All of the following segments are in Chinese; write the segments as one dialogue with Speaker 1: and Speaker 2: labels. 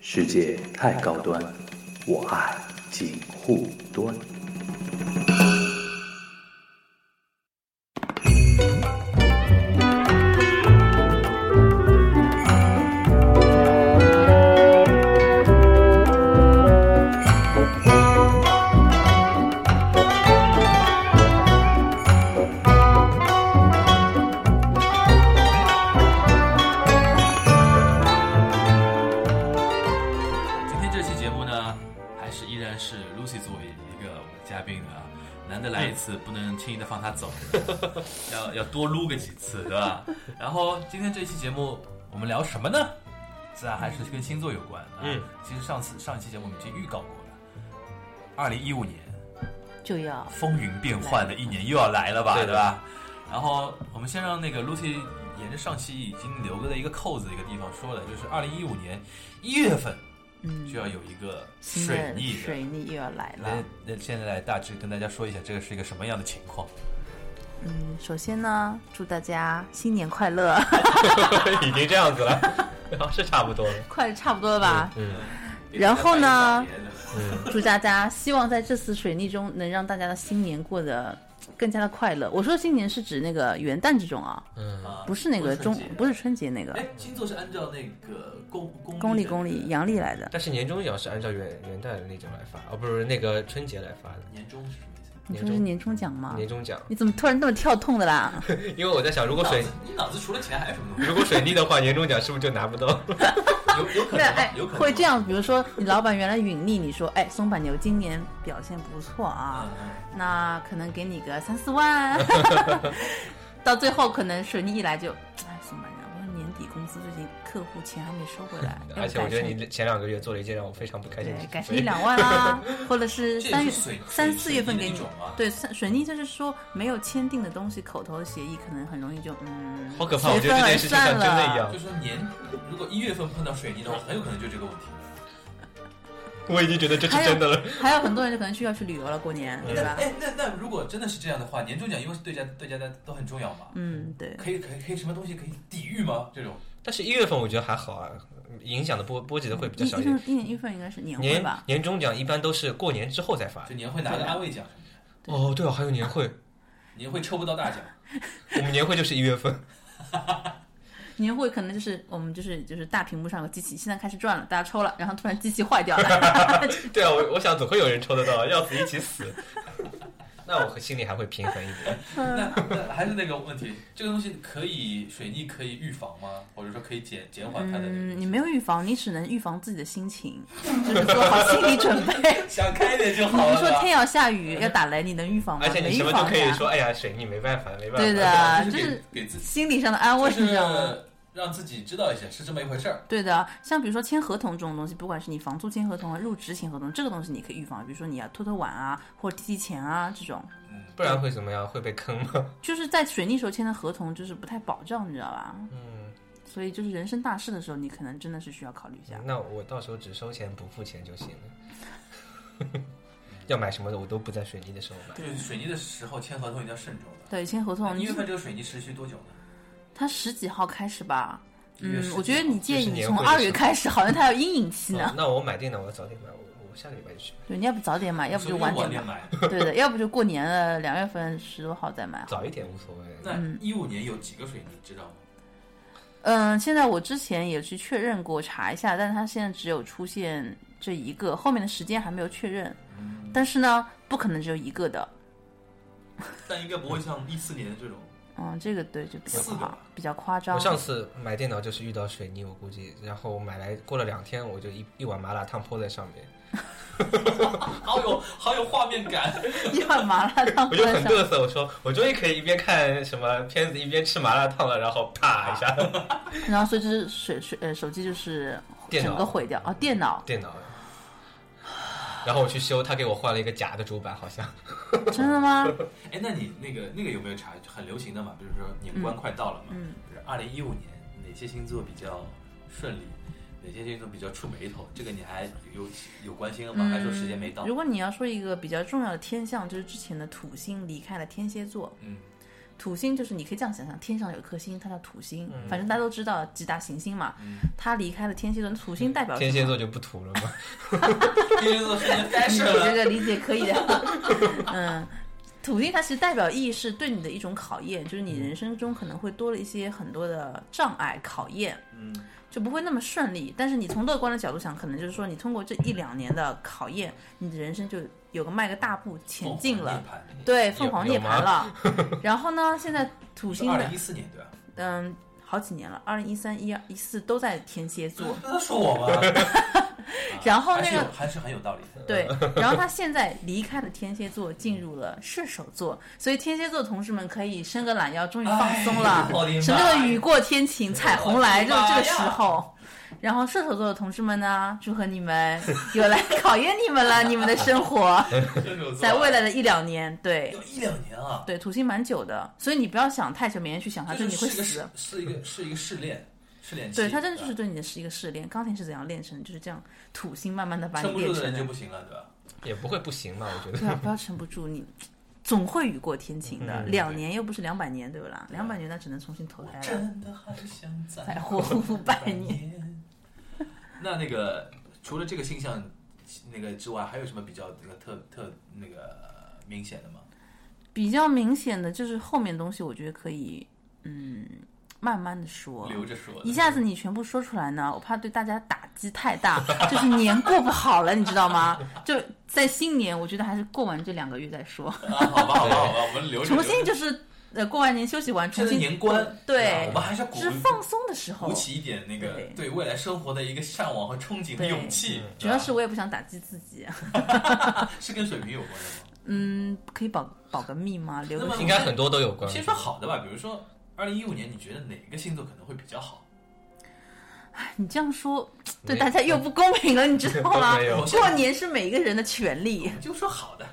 Speaker 1: 世界太高端，我爱锦护端。
Speaker 2: 今天这期节目呢，还是依然是 Lucy 作为一个我们的嘉宾啊，难得来一次，不能轻易的放他走，要要多撸个几次，对吧？然后今天这期节目我们聊什么呢？自然还是跟星座有关啊。
Speaker 3: 嗯
Speaker 2: 其实上次上一期节目我们已经预告过了，二零一五年
Speaker 4: 就要
Speaker 2: 风云变幻的一年又要来了吧，
Speaker 3: 对的
Speaker 2: 吧？然后我们先让那个 Lucy 沿着上期已经留的一个扣子的一个地方说的，就是二零一五年一月份
Speaker 4: 嗯
Speaker 2: 就要有一个
Speaker 4: 新
Speaker 2: 水
Speaker 4: 的
Speaker 2: 逆的
Speaker 4: 水逆又要来了
Speaker 2: 那。那现在来大致跟大家说一下，这个是一个什么样的情况？
Speaker 4: 嗯，首先呢，祝大家新年快乐，
Speaker 3: 已经这样子了，然后是差不多了。
Speaker 4: 快差不多了吧？
Speaker 3: 嗯
Speaker 4: 然后呢？
Speaker 3: 嗯，
Speaker 4: 祝大家希望在这次水逆中能让大家的新年过得更加的快乐。我说的新年是指那个元旦这种啊，
Speaker 3: 嗯，
Speaker 4: 不是那个中，不是春节那个
Speaker 2: 哎，星座是按照那个公公
Speaker 4: 公历公历阳历来的。
Speaker 3: 但是年终奖是按照元元旦那种来发，哦，不是那个春节来发的
Speaker 2: 年终是什么意思？
Speaker 4: 你
Speaker 3: 年
Speaker 4: 说是
Speaker 3: 终
Speaker 4: 年终奖吗？
Speaker 3: 年终奖。
Speaker 4: 你怎么突然那么跳痛的啦？
Speaker 3: 因为我在想，如果水
Speaker 2: 你脑子除了钱还有什么东西？
Speaker 3: 如果水逆的话，年终奖是不是就拿不到？
Speaker 2: 有有可
Speaker 4: 对，
Speaker 2: 能
Speaker 4: 哎
Speaker 2: 吗，有可，能
Speaker 4: 会这
Speaker 2: 样。
Speaker 4: 样。比如说，你老板原来允逆，你说，哎，松板牛今年表现不错啊，
Speaker 2: 嗯嗯
Speaker 4: 那可能给你个三 四万，到最后可能水逆一来就，哎，怎么办呢？我说年底公司最近客户钱还没收回 来，要不
Speaker 3: 而且我觉得
Speaker 4: 改成
Speaker 3: 你前哎两个月做了一件让我非常不开心的
Speaker 4: 对，改
Speaker 3: 事
Speaker 4: 成一
Speaker 3: 情。
Speaker 4: 两万啊，或者是
Speaker 2: 这
Speaker 4: 三
Speaker 2: 也
Speaker 4: 月
Speaker 2: 是水
Speaker 4: 三四月份给
Speaker 2: 水逆
Speaker 4: 你
Speaker 2: 的一种啊。
Speaker 4: 对，三水逆就是说没有签订的东西，口头的协议可能很容易就嗯，
Speaker 3: 好可怕！我觉
Speaker 4: 随
Speaker 3: 得
Speaker 4: 风
Speaker 3: 这
Speaker 4: 而
Speaker 3: 件事情像
Speaker 4: 散
Speaker 3: 真的一
Speaker 4: 了。
Speaker 3: 样
Speaker 2: 就，是年，如果一月份碰到水泥的话，很有可能就这个问题。
Speaker 3: 我已经觉得这是真的了。
Speaker 4: 还有很多人就可能去要去旅游了，过年对吧？
Speaker 2: 哎，那那如果真的是这样的话，年终奖因为是对家对家的都很重要嘛，
Speaker 4: 嗯，对，
Speaker 2: 可以可以可以什么东西可以抵御吗？这种
Speaker 3: 但是一月份我觉得还好啊，影响的波波及的会比较
Speaker 4: 一
Speaker 3: 小一
Speaker 4: 一
Speaker 3: 点。
Speaker 4: 份一年一份应该是年会
Speaker 3: 年
Speaker 4: 吧？
Speaker 3: 年终奖一般都是过年之后再发
Speaker 2: 就。年会哎拿个安慰奖什么的，
Speaker 3: 哦，对哦，还有年会，
Speaker 2: 年会抽不到大 奖。
Speaker 3: 我们年会就是一月份。
Speaker 4: 年会可能就是我们就是就是大屏幕上有机器，现在开始转了，大家抽了，然后突然机器坏 掉了，
Speaker 3: 对啊，我我想总会有人抽得到，啊要死一起死。 那我心里还会平衡一点。
Speaker 2: 那那还是那个问题，这个东西可以水逆可以预防吗？或者说可以减减缓它的？
Speaker 4: 嗯，你没有预防，你只能预防自己的心情，就是做好心理准 备。
Speaker 2: 想开一点就
Speaker 4: 你
Speaker 2: 好
Speaker 4: 们
Speaker 2: 了
Speaker 4: 说
Speaker 2: 吧。
Speaker 4: 天要下雨要打雷，你能预防吗？
Speaker 3: 而且你
Speaker 4: 啊没
Speaker 3: 什
Speaker 4: 预
Speaker 3: 么都
Speaker 4: 防
Speaker 3: 可以
Speaker 4: 呀。
Speaker 3: 说，哎呀，水逆没办法，没办法。
Speaker 4: 对的啊
Speaker 2: 就
Speaker 4: 就是
Speaker 2: 给给自己，
Speaker 4: 心理上的安慰，
Speaker 2: 就
Speaker 4: 你知道吗？
Speaker 2: 是让自己知道一下是这么一回事儿。
Speaker 4: 对的，像比如说签合同这种东西，不管是你房租签合同啊、入职签合同，这个东西你可以预防，比如说你要拖拖晚啊，或者提提前啊这种，
Speaker 2: 嗯，
Speaker 3: 不然会怎么样？会被坑吗？
Speaker 4: 就是在水逆时候签的合同就是不太保障，你知道吧？
Speaker 3: 嗯，
Speaker 4: 所以就是人生大事的时候，你可能真的是需要考虑一下。
Speaker 3: 那我到时候只收钱不付钱就行了。要买什么的我都不在水逆的时候买。
Speaker 2: 就是水泥的时候签合同一定要慎重的。
Speaker 4: 对，签合同，
Speaker 2: 一
Speaker 4: 你
Speaker 2: 月份这个水泥持续多久呢？
Speaker 4: 他十几号开始吧？
Speaker 2: 一月
Speaker 4: 嗯
Speaker 2: 十，
Speaker 4: 我觉得你建
Speaker 3: 就是
Speaker 4: 议
Speaker 3: 年
Speaker 4: 从
Speaker 3: 会的
Speaker 4: 二
Speaker 3: 时
Speaker 4: 月
Speaker 3: 候
Speaker 4: 开始，好像他有阴影期
Speaker 3: 哦
Speaker 4: 呢。
Speaker 3: 那我买电脑，我要早点买，我我下个礼拜就去买。
Speaker 4: 对，你要不早点买，要不就晚
Speaker 2: 晚
Speaker 4: 点买。
Speaker 2: 买。
Speaker 4: 对的，要不就过年了，两月份十多号再买。
Speaker 3: 早一点无所谓。
Speaker 2: 那一五年有几个水泥知道吗？
Speaker 4: 嗯，现在我之前也去确认过查一下，但是它现在只有出现这一个，后面的时间还没有确认。
Speaker 3: 嗯
Speaker 4: 但是呢，不可能只有一个的。
Speaker 2: 但应该不会像一四年这种。
Speaker 4: 嗯，这个对就比较
Speaker 2: 四个
Speaker 4: 夸
Speaker 2: 吧
Speaker 4: 比较夸张
Speaker 3: 我。 上次买电脑就是遇到水泥，我估计，然后买来过了两天，我就一一碗麻辣烫泼在上面，
Speaker 2: 好有好有画面感，
Speaker 4: 一碗麻辣烫
Speaker 3: 我就
Speaker 4: 放在
Speaker 3: 很
Speaker 4: 上
Speaker 3: 嘚瑟，我说我终于可以一边看什么片子一边吃麻辣烫了，然后啪一下
Speaker 4: 然后所以就是水水呃手机就是
Speaker 3: 电
Speaker 4: 整
Speaker 3: 脑
Speaker 4: 个毁掉啊，电脑
Speaker 3: 电脑，然后我去修，他给我换了一个假的主板，好像
Speaker 4: 真的吗？
Speaker 2: 哎，那你那个那个有没有查很流行的嘛？比如说年关快到了嘛，
Speaker 4: 嗯
Speaker 2: 二零一五年哪些星座比较顺利，哪些星座比较出霉头？这个你还有有关心了吗？还说时间没
Speaker 4: 嗯
Speaker 2: 到？
Speaker 4: 如果你要说一个比较重要的天象，就是之前的土星离开了天蝎座，
Speaker 2: 嗯，
Speaker 4: 土星就是你可以这样想象，天上有一颗星，它叫土星，反正大家都知道几大行星嘛。
Speaker 2: 嗯
Speaker 4: 它离开了天蝎座，土星代表
Speaker 3: 嗯天
Speaker 4: 什
Speaker 3: 蝎
Speaker 4: 么？
Speaker 3: 座就不土了嘛，
Speaker 2: 天蝎座是能干涉
Speaker 4: 你这
Speaker 2: 了，
Speaker 4: 个理解可以的。 嗯，土星它其实代表意义是对你的一种考验，就是你人生中可能会多了一些很多的障碍考验，
Speaker 2: 嗯，
Speaker 4: 就不会那么顺利。但是你从乐观的角度想，可能就是说你通过这一两年的考验，你的人生就有个迈个大步前进
Speaker 2: 哦
Speaker 4: 了。对，凤凰
Speaker 3: 有
Speaker 4: 涅槃 了。然后呢，现在土星
Speaker 2: 二
Speaker 4: 的
Speaker 2: 零一四年对吧？
Speaker 4: 嗯，好几年了，二零一三、一二、一四都在天蝎座。
Speaker 2: 不能说我吗？
Speaker 4: 然后
Speaker 2: 嗯还
Speaker 4: 那
Speaker 2: 是有
Speaker 4: 个
Speaker 2: 还是很有道理的。
Speaker 4: 对，然后他现在离开了天蝎座，进入了射手座，所以天蝎座同志们可以伸个懒腰，终于放松了
Speaker 2: 哎我的，妈
Speaker 4: 什么叫做雨过天晴、彩虹来，就是这
Speaker 2: 我
Speaker 4: 个
Speaker 2: 的妈呀
Speaker 4: 时候。然后射手座的同志们呢，祝贺你们又来考验你们了，你们的生 活
Speaker 2: 射手座
Speaker 4: 在未来的一两年，对
Speaker 2: 有一两年啊，
Speaker 4: 对，土星蛮久的，所以你不要想太久，明天去想它，
Speaker 2: 就
Speaker 4: 啊就你会
Speaker 2: 是
Speaker 4: 死。
Speaker 2: 是一个是一个试炼，试炼期。
Speaker 4: 对，它真的就是
Speaker 2: 吧
Speaker 4: 对你的是一个试炼。钢琴是怎样炼成，就是这样，土星慢慢的把你
Speaker 2: 撑不住
Speaker 4: 炼
Speaker 2: 的
Speaker 4: 成
Speaker 2: 人就
Speaker 4: 的。
Speaker 2: 不行了，对吧？
Speaker 3: 也不会不行嘛，我 觉得。
Speaker 4: 对啊，不要撑不住，你总会雨过天晴的。
Speaker 3: 嗯
Speaker 4: 两年又不是两百年，对不啦？两百年那只能重新投胎了，
Speaker 2: 真的还想
Speaker 4: 再
Speaker 2: 再
Speaker 4: 哎活五百年。
Speaker 2: 年。那那个除了这个星象那个之外，还有什么比较那个特特那个明显的吗？
Speaker 4: 比较明显的就是后面东西，我觉得可以，嗯，慢慢的说。
Speaker 2: 留着说的。
Speaker 4: 一下子你全部说出来呢，我怕对大家打击太大， 就是年过不好了，你知道吗？就在新年，我觉得还是过完这两个月再说。
Speaker 2: 啊，好吧，好吧，好吧，我们留着。
Speaker 4: 重新
Speaker 2: 留着
Speaker 4: 就是呃过完年休息完，重
Speaker 2: 现在
Speaker 4: 新
Speaker 2: 年关，吧
Speaker 4: 对
Speaker 2: 啊我，们还是要鼓
Speaker 4: 是放松的时候
Speaker 2: 鼓。起一点那个
Speaker 4: 对
Speaker 2: 对未来生活的一个向往和憧憬和
Speaker 4: 对
Speaker 2: 勇气。
Speaker 4: 主要是我也不想打击自己，
Speaker 2: 吧是跟水平有关的
Speaker 4: 嗯，可以保保个密吗？留
Speaker 2: 那
Speaker 4: 个
Speaker 2: 么
Speaker 3: 应该很多都有关
Speaker 2: 吗？。先说好的吧，比如说二零一五年，你觉得哪个星座可能会比较好？
Speaker 4: 你这样说对
Speaker 3: 没
Speaker 4: 大家又不公平了，你知道吗
Speaker 3: 没有？
Speaker 4: 过年是每一个人的权利。
Speaker 2: 就说好的，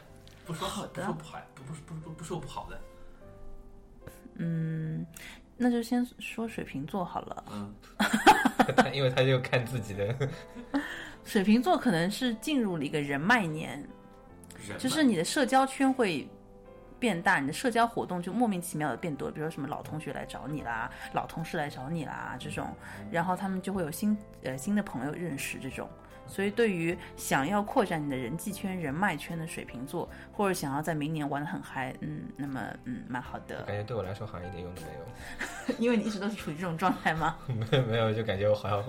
Speaker 2: 不说好，不
Speaker 4: 的
Speaker 2: 说不好，不不不不不说不好的。
Speaker 4: 嗯，那就先说水瓶座好了。
Speaker 2: 嗯，
Speaker 3: 因 为他就看自己的，
Speaker 4: 水瓶座可能是进入了一个人脉年，
Speaker 2: 人
Speaker 4: 就
Speaker 2: 嘛
Speaker 4: 是你的社交圈会变大，你的社交活动就莫名其妙的变多，比如说什么老同学来找你啦，老同事来找你啦这种，然后他们就会有新呃新的朋友认识这种。所以，对于想要扩展你的人际圈、人脉圈的水瓶座，或者想要在明年玩的很嗨，嗯，那么嗯，蛮好
Speaker 3: 感
Speaker 4: 的，
Speaker 3: 觉对我来说好像一点用都没
Speaker 4: 因为你一直都是处于这种状态吗？
Speaker 3: 有， 没有没有就感觉我好像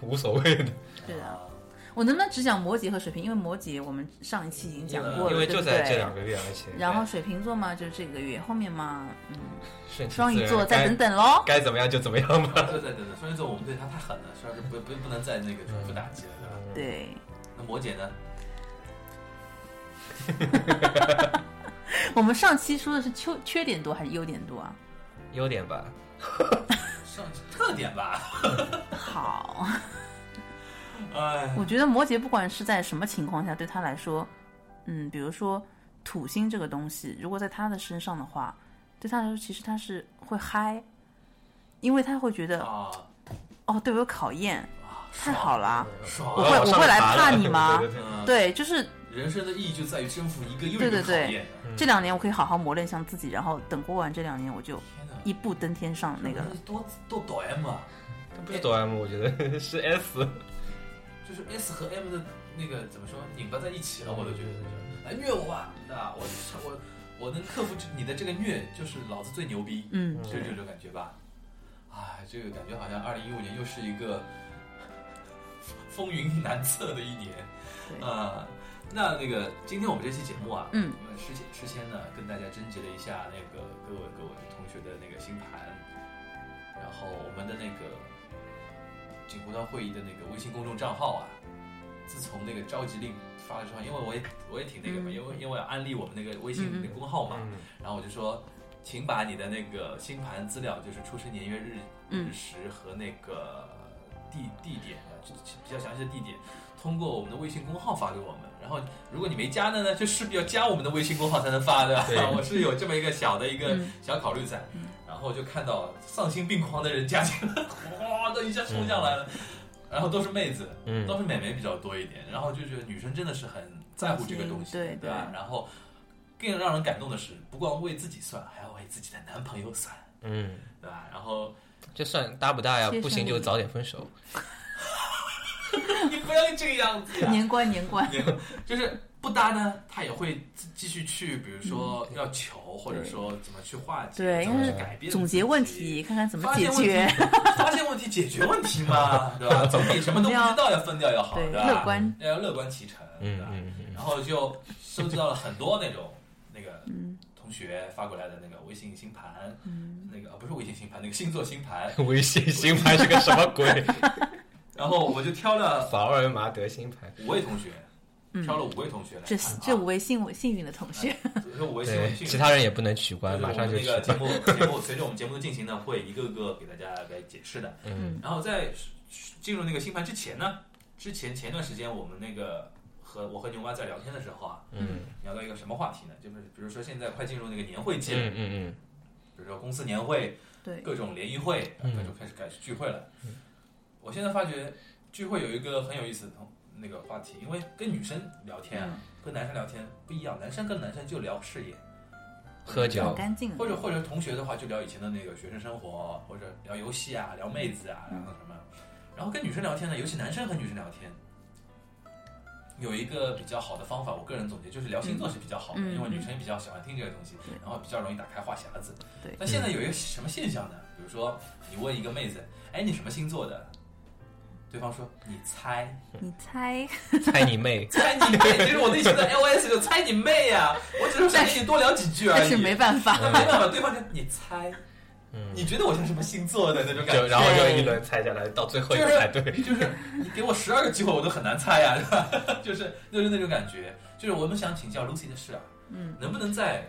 Speaker 3: 无所谓的，
Speaker 4: 对的。
Speaker 2: 啊
Speaker 4: 我能不能只讲摩羯和水瓶？因为摩羯我们上一期已经讲过了，
Speaker 3: 因为就在这
Speaker 4: 对不
Speaker 3: 两个月，而且
Speaker 4: 对？然后水瓶座嘛，就是这个月后面嘛，嗯，
Speaker 3: 顺其
Speaker 4: 双
Speaker 3: 自
Speaker 4: 鱼
Speaker 3: 然
Speaker 4: 座再
Speaker 3: 该
Speaker 4: 等等喽。
Speaker 3: 该怎么样就怎么样吧。
Speaker 2: 对对对对，双鱼座我们对他太狠了，双鱼座不不不能再那个重复打击
Speaker 4: 嗯
Speaker 2: 了，对吧？
Speaker 4: 对，
Speaker 2: 那摩羯呢？
Speaker 4: 我们上期说的是缺缺点多还是优点多啊？
Speaker 3: 优点吧，
Speaker 2: 上特点 吧，
Speaker 4: 好，
Speaker 2: 哎，
Speaker 4: 我觉得摩羯不管是在什么情况下，对他来说，嗯，比如说土星这个东西，如果在他的身上的话，对他来说其实他是会嗨，因为他会觉得
Speaker 2: 啊，
Speaker 4: 哦，对我有考验，
Speaker 2: 啊
Speaker 4: 太好了啊，
Speaker 2: 爽
Speaker 4: 我
Speaker 2: 啊
Speaker 4: 会
Speaker 3: 要
Speaker 2: 爽
Speaker 3: 往上
Speaker 4: 我会来
Speaker 3: 爬了
Speaker 4: 怕你吗
Speaker 3: 对对对
Speaker 2: 啊！对，
Speaker 4: 对，就是
Speaker 2: 人生的意义就在于征服一个又一
Speaker 4: 对
Speaker 2: 个
Speaker 4: 对
Speaker 2: 考
Speaker 4: 对
Speaker 2: 验。
Speaker 4: 这两年我可以好好磨练一下自己，然后等过完这两年，我就
Speaker 2: 天哪，
Speaker 4: 一步登天上那个了。
Speaker 2: 多多多 M 啊，
Speaker 3: 它不是哆 M，我觉得 是 S。
Speaker 2: 就是 S 和 M 的那个怎么说拧巴在一起了，我都觉得就是来虐我啊，那我我我能克服这你的这个虐，就是老子最牛逼，
Speaker 4: 嗯，
Speaker 2: 就是这种感觉吧。哎，这个感觉好像二零一五年又是一个风云难测的一年
Speaker 4: 对
Speaker 2: 啊、那那个今天我们这期节目啊，
Speaker 4: 嗯，
Speaker 2: 我们事先事先呢跟大家征集了一下那个各位各位同学的那个星盘，然后我们的那个锦湖端会议的那个微信公众账号啊，自从那个召集令发了之后，因为我也我也挺那个嘛，
Speaker 4: 嗯
Speaker 2: 因为因为要安利我们那个微
Speaker 4: 嗯
Speaker 2: 信
Speaker 4: 嗯
Speaker 2: 那个公号嘛，
Speaker 3: 嗯，
Speaker 2: 然后我就说，请把你的那个星盘资料，就是出生年月日、
Speaker 4: 嗯
Speaker 2: 日时和那个地地点啊，就比较详细的地点，通过我们的微信公号发给我们。然后，如果你没加的呢，就势必要加我们的微信公号才能发的。
Speaker 3: 对
Speaker 2: 我是有这么一个小的一个
Speaker 4: 嗯
Speaker 2: 小考虑在。然后就看到丧心病狂的人加进来，哗的一下冲上来了，然后都是妹子，
Speaker 3: 嗯
Speaker 2: 都是美眉比较多一点。然后就觉得女生真的是很在乎这个东西，
Speaker 4: 对
Speaker 2: 吧？
Speaker 4: 对
Speaker 2: 然后更让人感动的是，不光为自己算，还要为自己的男朋友算，
Speaker 3: 嗯，
Speaker 2: 对吧？然后
Speaker 3: 这算搭不搭呀
Speaker 4: 谢谢？
Speaker 3: 不行
Speaker 4: 你
Speaker 3: 就早点分手。
Speaker 2: 你不要这个样子呀，
Speaker 4: 年关年关，
Speaker 2: 就是不搭呢，他也会继续去，比如说要求，或者说怎么去化解，
Speaker 4: 嗯对，
Speaker 2: 怎
Speaker 4: 应
Speaker 2: 么
Speaker 4: 该
Speaker 2: 去
Speaker 4: 是
Speaker 2: 改变，
Speaker 4: 总结问题，。看看怎么
Speaker 2: 发
Speaker 4: 解
Speaker 2: 现问题
Speaker 4: 决，，
Speaker 2: 发现问题，解决问题嘛，对吧？总比什么都不知道要分掉要好，
Speaker 4: 对，
Speaker 2: 对吧？
Speaker 4: 乐观，
Speaker 2: 要乐观其成，对
Speaker 3: 嗯
Speaker 2: 吧？
Speaker 3: 嗯嗯
Speaker 2: 然后就收集到了很多那种 那个
Speaker 4: 嗯
Speaker 2: 同学发过来的那个微信星盘，那个啊不是微信星盘，那个星座星盘。
Speaker 3: 嗯， 微信星盘是个什么鬼？
Speaker 2: 然后我就挑了
Speaker 3: 法奥尔马德星盘。
Speaker 2: 五位同学，挑了五位同学来
Speaker 4: 嗯这
Speaker 2: 看啊
Speaker 4: 这五位幸幸运的同学，
Speaker 2: 这五位幸
Speaker 3: 对
Speaker 2: 运，
Speaker 3: 其他人也不能取关，
Speaker 2: 就是
Speaker 3: 马
Speaker 2: 我
Speaker 3: 上
Speaker 2: 们
Speaker 3: 就
Speaker 2: 那
Speaker 3: 取
Speaker 2: 个节
Speaker 3: 关。
Speaker 2: 目 节目随着我们节目的进行呢，会一个个给大家来解释的。
Speaker 4: 嗯，
Speaker 2: 然后在进入那个星盘之前呢，之前前段时间我们那个和我和牛妈在聊天的时候啊，
Speaker 3: 嗯
Speaker 2: 聊到一个什么话题呢？就是比如说现在快进入那个年会季了，
Speaker 3: 嗯嗯
Speaker 2: 比如说公司年会、
Speaker 4: 对，
Speaker 2: 各种联谊会，
Speaker 3: 嗯
Speaker 2: 各种开始开始聚会了。我现在发觉聚会有一个很有意思的那个话题，因为跟女生聊天
Speaker 4: 嗯
Speaker 2: 啊，跟男生聊天不一样，男生跟男生就聊事业，
Speaker 3: 嗯，喝
Speaker 4: 很
Speaker 3: 酒，
Speaker 4: 干净，
Speaker 2: 或者或者同学的话就聊以前的那个学生生活，或者聊游戏啊，聊妹子啊，然后什么，然后跟女生聊天呢，尤其男生和女生聊天，有一个比较好的方法，我个人总结就是聊星座是比较好的，
Speaker 4: 嗯
Speaker 2: 因为女生比较喜欢听这个东西
Speaker 4: 对，
Speaker 2: 然后比较容易打开话匣子。
Speaker 4: 对
Speaker 2: 那现在有一个什么现象呢？比如说你问一个妹子，哎，你什么星座的？对方说你猜，！
Speaker 4: 你猜，
Speaker 3: 嗯猜你妹
Speaker 2: 猜你妹，其实我内心的 LS 就猜你妹呀、我只是想跟你多聊几句而已。
Speaker 4: 但是没办 法，
Speaker 2: 那没办法，对方就你猜，
Speaker 3: 嗯
Speaker 2: 你觉得我像什么星座的那种感
Speaker 3: 就
Speaker 2: 觉？
Speaker 3: 然后就一轮猜下来，到最后一个猜对。
Speaker 2: 就是你给我十二个机会，我都很难猜呀、是吧？就是就是那种感觉。就是我们想请教 Lucy 的是啊，
Speaker 4: 嗯，
Speaker 2: 能不能在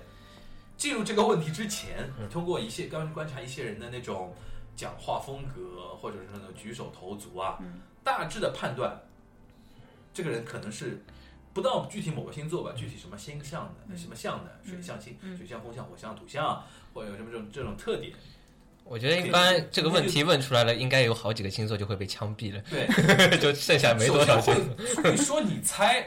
Speaker 2: 进入这个问题之前，通过一些观观察一些人的那种讲话风格，或者是那种举手投足啊，
Speaker 4: 嗯
Speaker 2: 大致的判断这个人可能是。不到具体某个星座吧，具体什么星象的、
Speaker 4: 嗯
Speaker 2: 什么象的、水象星、
Speaker 4: 嗯
Speaker 2: 水象、风象、火象、土象，或者有什么这种这种特 点，
Speaker 3: 我觉得一般这个问题问出来了，应该有好几个星座就会被枪毙
Speaker 2: 对，
Speaker 3: 了， 就剩下没多少
Speaker 2: 首
Speaker 3: 星
Speaker 2: 先
Speaker 3: 座。
Speaker 2: 会会说你猜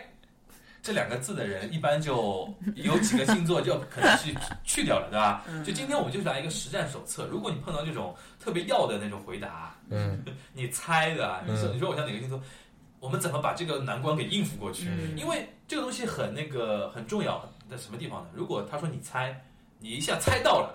Speaker 2: 这两个字的人，一般就有几个星座就可能去去掉了，对吧？就今天我们就是来一个实战手册，如果你碰到这种特别要的那种回答，
Speaker 3: 嗯，
Speaker 2: 你猜的啊，你说
Speaker 3: 嗯
Speaker 2: 你说我像哪个星座？我们怎么把这个难关给应付过去？
Speaker 4: 嗯
Speaker 2: 因为这个东西很那个很重要在什么地方呢？如果他说你猜，你一下猜到了，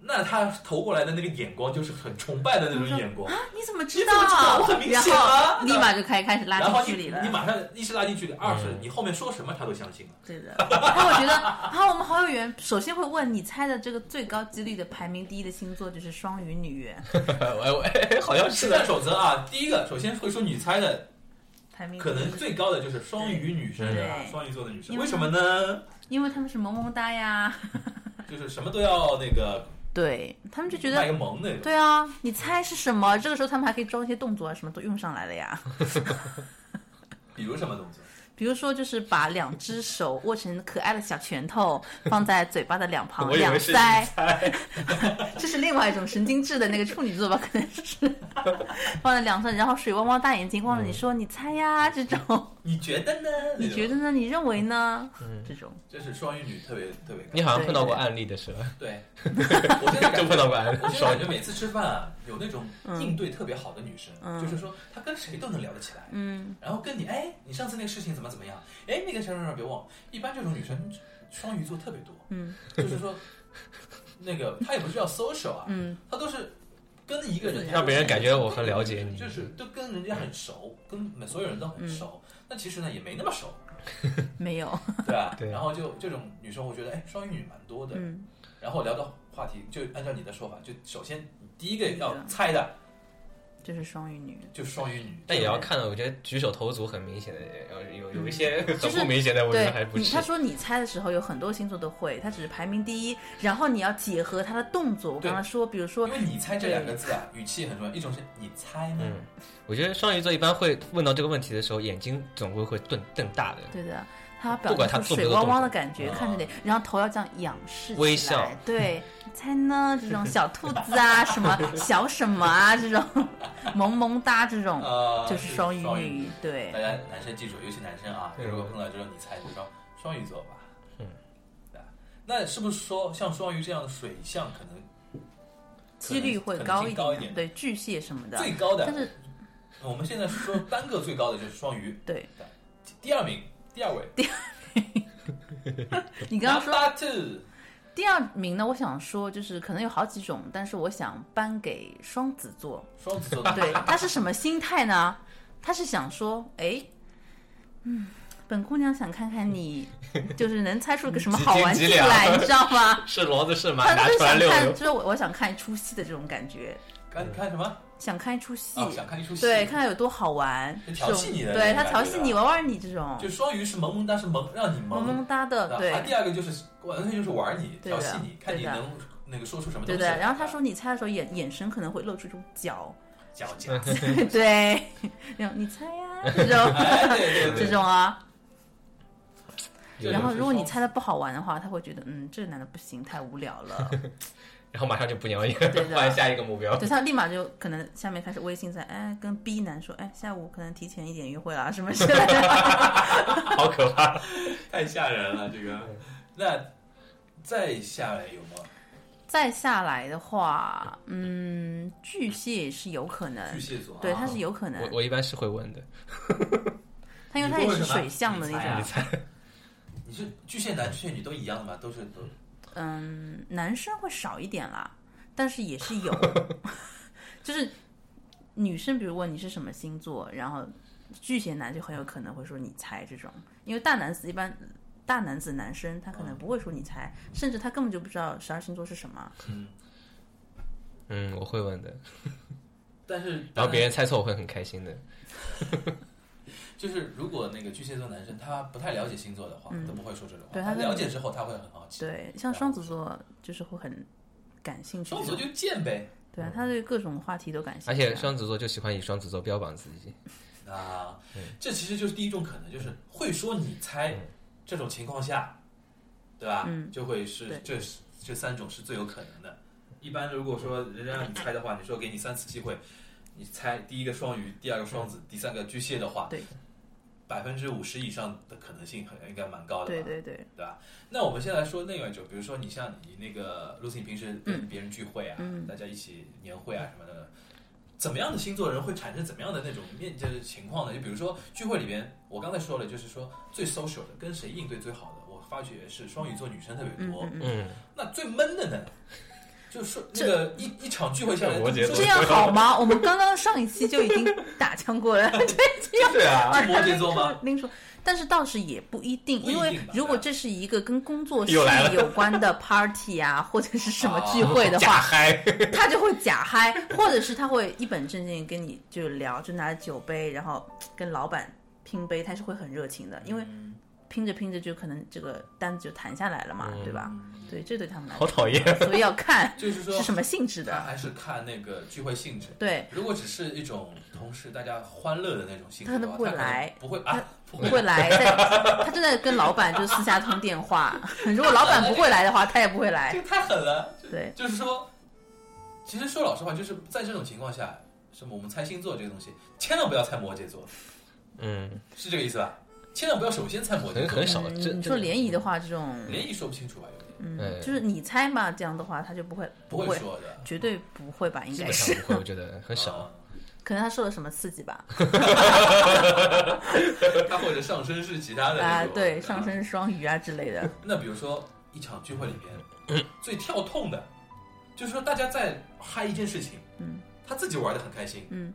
Speaker 2: 那他投过来的那个眼光就是很崇拜的那种眼光，
Speaker 4: 你怎么
Speaker 2: 你怎么知道我很明显啊
Speaker 4: 然后立马就开开始拉
Speaker 2: 然后
Speaker 4: 近距离了
Speaker 2: 你。你。马上一是拉近距离，二是
Speaker 3: 嗯
Speaker 2: 你后面说什么他都相信了。
Speaker 4: 对的，那我觉得啊，我们好有缘。首先会问你猜的这个最高几率的排名第一的星座就是双鱼女缘，
Speaker 3: 哎 我好像是
Speaker 2: 实战守则啊，第一个首先会说你猜的
Speaker 4: 排名第
Speaker 2: 可
Speaker 4: 一
Speaker 2: 能最高的就是双鱼女生
Speaker 4: 对
Speaker 2: 啊，双鱼座的女生，
Speaker 4: 因为
Speaker 2: 为什么呢？
Speaker 4: 因为他们是萌萌哒呀，
Speaker 2: 就是什么都要那个
Speaker 4: 对他们就觉
Speaker 2: 卖
Speaker 4: 得。
Speaker 2: 个萌那种。
Speaker 4: 对啊，你猜是什么？这个时候他们还可以装一些动作啊，什么都用上来了呀。
Speaker 2: 比如什么动作？
Speaker 4: 比如说，就是把两只手握成可爱的小拳头，放在嘴巴的两旁、
Speaker 3: 我以
Speaker 4: 两
Speaker 3: 为是你
Speaker 4: 腮，
Speaker 3: 猜。
Speaker 4: 这是另外一种神经质的那个处女座吧，可能是放在两侧，然后水汪汪大眼睛望着你说：“你猜呀。”这 种，
Speaker 2: 你觉得呢？
Speaker 4: 你觉
Speaker 2: 得
Speaker 4: 得呢？你认为呢？这种
Speaker 2: 这是双鱼女特别特别高
Speaker 3: 你好像碰到过案例的是吧？
Speaker 2: 对，我现在
Speaker 3: 就
Speaker 2: 感
Speaker 3: 碰到
Speaker 2: 觉。
Speaker 3: 过案
Speaker 2: 我现
Speaker 3: 例，
Speaker 2: 在
Speaker 3: 双
Speaker 2: 感觉每次吃饭啊，有那种应对特别好的女生，
Speaker 4: 嗯
Speaker 2: 就是说她跟谁都能聊得起来，
Speaker 4: 嗯，
Speaker 2: 然后跟你哎，你上次那个事情怎么怎么样？哎，那个什么什么别忘了。一般这种女生，双鱼座特别多，
Speaker 4: 嗯，
Speaker 2: 就是说，那个她也不是要 social 啊，
Speaker 4: 嗯，
Speaker 2: 她都是跟一个人，
Speaker 3: 让别人感觉我很了解你
Speaker 2: 就是都跟人家很熟，跟所有人都很熟。
Speaker 4: 嗯
Speaker 2: 那其实呢，也没那么 熟，
Speaker 4: 没有，
Speaker 2: 对吧？
Speaker 3: 对
Speaker 2: 然后就这种女生，我觉得哎，双鱼女蛮多的。
Speaker 4: 嗯，
Speaker 2: 然后聊到话题，就按照你的说法，就首先第一个
Speaker 4: 第一
Speaker 2: 要
Speaker 4: 个
Speaker 2: 猜的
Speaker 4: 就是双鱼女，
Speaker 2: 就是双鱼女，
Speaker 3: 但也要看了，我觉得举手投足很明显的，有有一些很不明显的，我觉
Speaker 4: 对
Speaker 3: 得还不
Speaker 4: 你，
Speaker 3: 是
Speaker 4: 他。说你猜的时候有很多星座都会，他只是排名第一，然后你要结合他的动作。我刚刚说，比如说
Speaker 2: 因为你猜这两个字啊，语气很重要。一种是你猜呢，
Speaker 3: 嗯，我觉得双鱼座一般会问到这个问题的时候，眼睛总会会瞪瞪大的，
Speaker 4: 对的，他表
Speaker 3: 不管他
Speaker 4: 现出
Speaker 3: 做不
Speaker 4: 水
Speaker 3: 做
Speaker 4: 汪
Speaker 3: 动
Speaker 4: 汪的
Speaker 3: 作
Speaker 4: 感觉
Speaker 2: 啊
Speaker 4: 看着你，然后头要这样仰视起
Speaker 3: 微
Speaker 4: 来
Speaker 3: 笑
Speaker 4: 对，你猜呢？这种小兔子啊，什么小什么啊，这种萌萌哒，这种
Speaker 2: 呃，
Speaker 4: 就是双鱼
Speaker 2: 双哎
Speaker 4: 女，对
Speaker 2: 大，家男生记住，尤其男生啊，
Speaker 3: 嗯
Speaker 2: 如果碰到之后你猜，就说双鱼座吧。
Speaker 3: 嗯
Speaker 2: 啊那是不是说像双鱼这样的水象，可能
Speaker 4: 几率会
Speaker 2: 可能
Speaker 4: 高
Speaker 2: 性
Speaker 4: 一
Speaker 2: 高一
Speaker 4: 点
Speaker 2: 点
Speaker 4: 的，对巨蟹什么的，
Speaker 2: 最高的？
Speaker 4: 但是
Speaker 2: 我们现在说单个最高的就是双鱼，
Speaker 4: 对
Speaker 2: 第二名，第二位。
Speaker 4: 你刚刚说
Speaker 2: Number two，
Speaker 4: 第二名呢，我想说就是可能有好几种，但是我想颁给双子座。
Speaker 2: 双子座的
Speaker 4: 对，他是什么心态呢？他是想说，哎，嗯，本姑娘想看看你，就是能猜出个什么好玩劲来，你知道 吗？
Speaker 3: 是骡子是马，
Speaker 4: 他
Speaker 3: 拿
Speaker 4: 就是
Speaker 3: 出来
Speaker 4: 想
Speaker 3: 遛
Speaker 4: 看，
Speaker 3: 遛
Speaker 4: 就。是我我想看一出戏的这种感觉，
Speaker 2: 看看什么？啊
Speaker 4: 想看一出戏，
Speaker 2: 哦，想看一出戏。
Speaker 4: 对，看看有多好玩，
Speaker 2: 就调戏你的
Speaker 4: 这种对
Speaker 2: 那种
Speaker 4: 他
Speaker 2: 感觉啊
Speaker 4: 调戏你玩玩你这种
Speaker 2: 就双鱼是萌萌哒，是萌让你
Speaker 4: 萌萌哒的，对
Speaker 2: 他第二个就是完全就是玩你，
Speaker 4: 对的
Speaker 2: 调戏你，看你
Speaker 4: 对的
Speaker 2: 能那个说出什么东
Speaker 4: 对
Speaker 2: 西。啊
Speaker 4: 的。然后他说你猜的时候眼眼神可能会露出一种 狡，
Speaker 2: 讲 讲，
Speaker 4: 对，那种你猜呀、这种
Speaker 2: 哎，对对
Speaker 4: 这
Speaker 2: 对，
Speaker 4: 种啊。
Speaker 3: 有
Speaker 4: 然后，
Speaker 2: 是
Speaker 4: 如果你
Speaker 2: 双
Speaker 4: 猜的不好玩的话，他会觉得，嗯，这个男的不行，太无聊了。
Speaker 3: 然后马上就不鸟你，
Speaker 4: 对的
Speaker 3: 换下一个目标。
Speaker 4: 对他立马就可能下面开始微信在，哎，跟 B 男说，哎，下午可能提前一点约会啊啦，什么之类的。
Speaker 3: 好可怕！
Speaker 2: 太吓人了这个。那再下来有吗？
Speaker 4: 再下来的话，嗯，巨蟹是有可能
Speaker 2: 巨，蟹座啊，
Speaker 4: 对，他是有可能
Speaker 3: 我，我一般是会问的，
Speaker 4: 他因为他
Speaker 2: 你
Speaker 4: 也
Speaker 2: 问
Speaker 4: 是
Speaker 2: 什么
Speaker 4: 水象的
Speaker 2: 你
Speaker 4: 那
Speaker 2: 猜啊
Speaker 4: 种
Speaker 3: 你，猜？
Speaker 2: 你是巨蟹男、巨蟹女都一样的吗？都是都
Speaker 4: 嗯，男生会少一点啦，但是也是有，就是女生，比如问你是什么星座，然后巨蟹男就很有可能会说你猜这种，因为大男子一般大男子男生他可能不会说你猜，甚至他根本就不知道十二星座是什么。
Speaker 3: 嗯，我会问的。
Speaker 2: 但是
Speaker 3: 然后别人猜错，我会很开心的。
Speaker 2: 就是如果那个巨蟹座男生他不太了解星座的话，都不会说这种话。
Speaker 4: 对他
Speaker 2: 了解之后，他会很好奇。
Speaker 4: 对，像双子座就是会很感兴趣
Speaker 2: 双
Speaker 4: 这
Speaker 2: 子座
Speaker 4: 种，
Speaker 2: 就贱呗
Speaker 4: 对啊，他对各种话题都感兴
Speaker 3: 而
Speaker 4: 趣啊。
Speaker 3: 且双子座就喜欢以双子座标榜自己。
Speaker 2: 啊！这其实就是第一种可能，就是会说你猜这种情况下，对吧？
Speaker 4: 嗯
Speaker 2: 就会是
Speaker 4: 对
Speaker 2: 这是这三种是最有可能的。一般如果说人家让你猜的话，你说给你三次机会，你猜第一个双鱼，第二个双子，第三个巨蟹的话，
Speaker 4: 对
Speaker 2: 百分之五十以上的可能性很应该蛮高的吧？
Speaker 4: 对对对，
Speaker 2: 对吧？那我们先来说另外一种，比如说你像你那个 Lucy，你平时跟别人聚会啊，
Speaker 4: 嗯
Speaker 2: 大家一起年会啊什么的，怎么样的星座人会产生怎么样的那种面就是情况呢？就比如说聚会里边，我刚才说了，就是说最 social 的，跟谁应对最好的，我发觉是双鱼座女生特别
Speaker 4: 嗯
Speaker 2: 多。
Speaker 4: 嗯嗯，
Speaker 3: 嗯，
Speaker 2: 那最闷的呢，就是那个一一场聚会下来，
Speaker 3: 这摩羯座
Speaker 4: 这样 好吗？我们刚刚上一期就已经打枪过了。
Speaker 3: 对啊，
Speaker 2: 是摩羯座吗？
Speaker 4: 拎出，但是倒是也不一定，
Speaker 2: 不一定
Speaker 4: 因
Speaker 2: 吧
Speaker 4: 为如果这是一个跟工作室
Speaker 3: 啊又来了
Speaker 4: 有关的 party 啊，或者是什么聚会 的
Speaker 3: 假
Speaker 4: 话，
Speaker 3: 嗨。
Speaker 4: 他就会假嗨，或者是他会一本正经跟你就聊，就拿着酒杯，然后跟老板拼杯，他是会很热情的，因为
Speaker 2: 嗯
Speaker 4: 拼着拼着就可能这个单子就谈下来了嘛，对吧？对，这对他们来
Speaker 3: 嗯好
Speaker 4: 说，
Speaker 3: 讨 厌。
Speaker 4: 所以要看
Speaker 2: 就是说
Speaker 4: 是什么性质
Speaker 2: 他
Speaker 4: 的，
Speaker 2: 还是看那个聚会性质。
Speaker 4: 对，
Speaker 2: 如果只是一种同事大家欢乐的那种性质
Speaker 4: 他可
Speaker 2: 的
Speaker 4: 能
Speaker 2: 话，
Speaker 4: 不会
Speaker 2: 他可能
Speaker 4: 来
Speaker 2: 不会啊，不
Speaker 4: 不会来，但他正在 跟老板就私下通电话， 如果老板不会来的话，他也不会来
Speaker 2: 这。个太狠了。就
Speaker 4: 对
Speaker 2: 就是说，其实说老实话，就是在这种情况下，什么我们猜星座这个东西，千万不要猜摩羯座，
Speaker 3: 嗯，
Speaker 2: 是这个意思吧？千万不要首先猜摩羯
Speaker 3: 很
Speaker 2: 座
Speaker 3: 很，少。
Speaker 4: 嗯
Speaker 3: 这
Speaker 4: 你说联谊的，话，这种
Speaker 2: 联谊说不清楚吧？有点
Speaker 4: 嗯，
Speaker 3: 嗯
Speaker 4: 就是你猜嘛，这样的话他就不会，
Speaker 2: 不
Speaker 4: 会
Speaker 2: 会，说的，
Speaker 4: 绝对不会吧？应
Speaker 3: 基
Speaker 4: 该
Speaker 3: 本上
Speaker 4: 是，哦
Speaker 3: 不会，我觉得很少。
Speaker 2: 啊。
Speaker 4: 可能他受了什么刺激吧？
Speaker 2: 他或者上身是其他的那
Speaker 4: 啊，
Speaker 2: 种
Speaker 4: 对，上。升双鱼啊之类的，
Speaker 2: 那比如说一场聚会里边，最跳痛的，就是说大家在嗨一件事情，
Speaker 4: 嗯，
Speaker 2: 他自己玩的很开心，
Speaker 4: 嗯，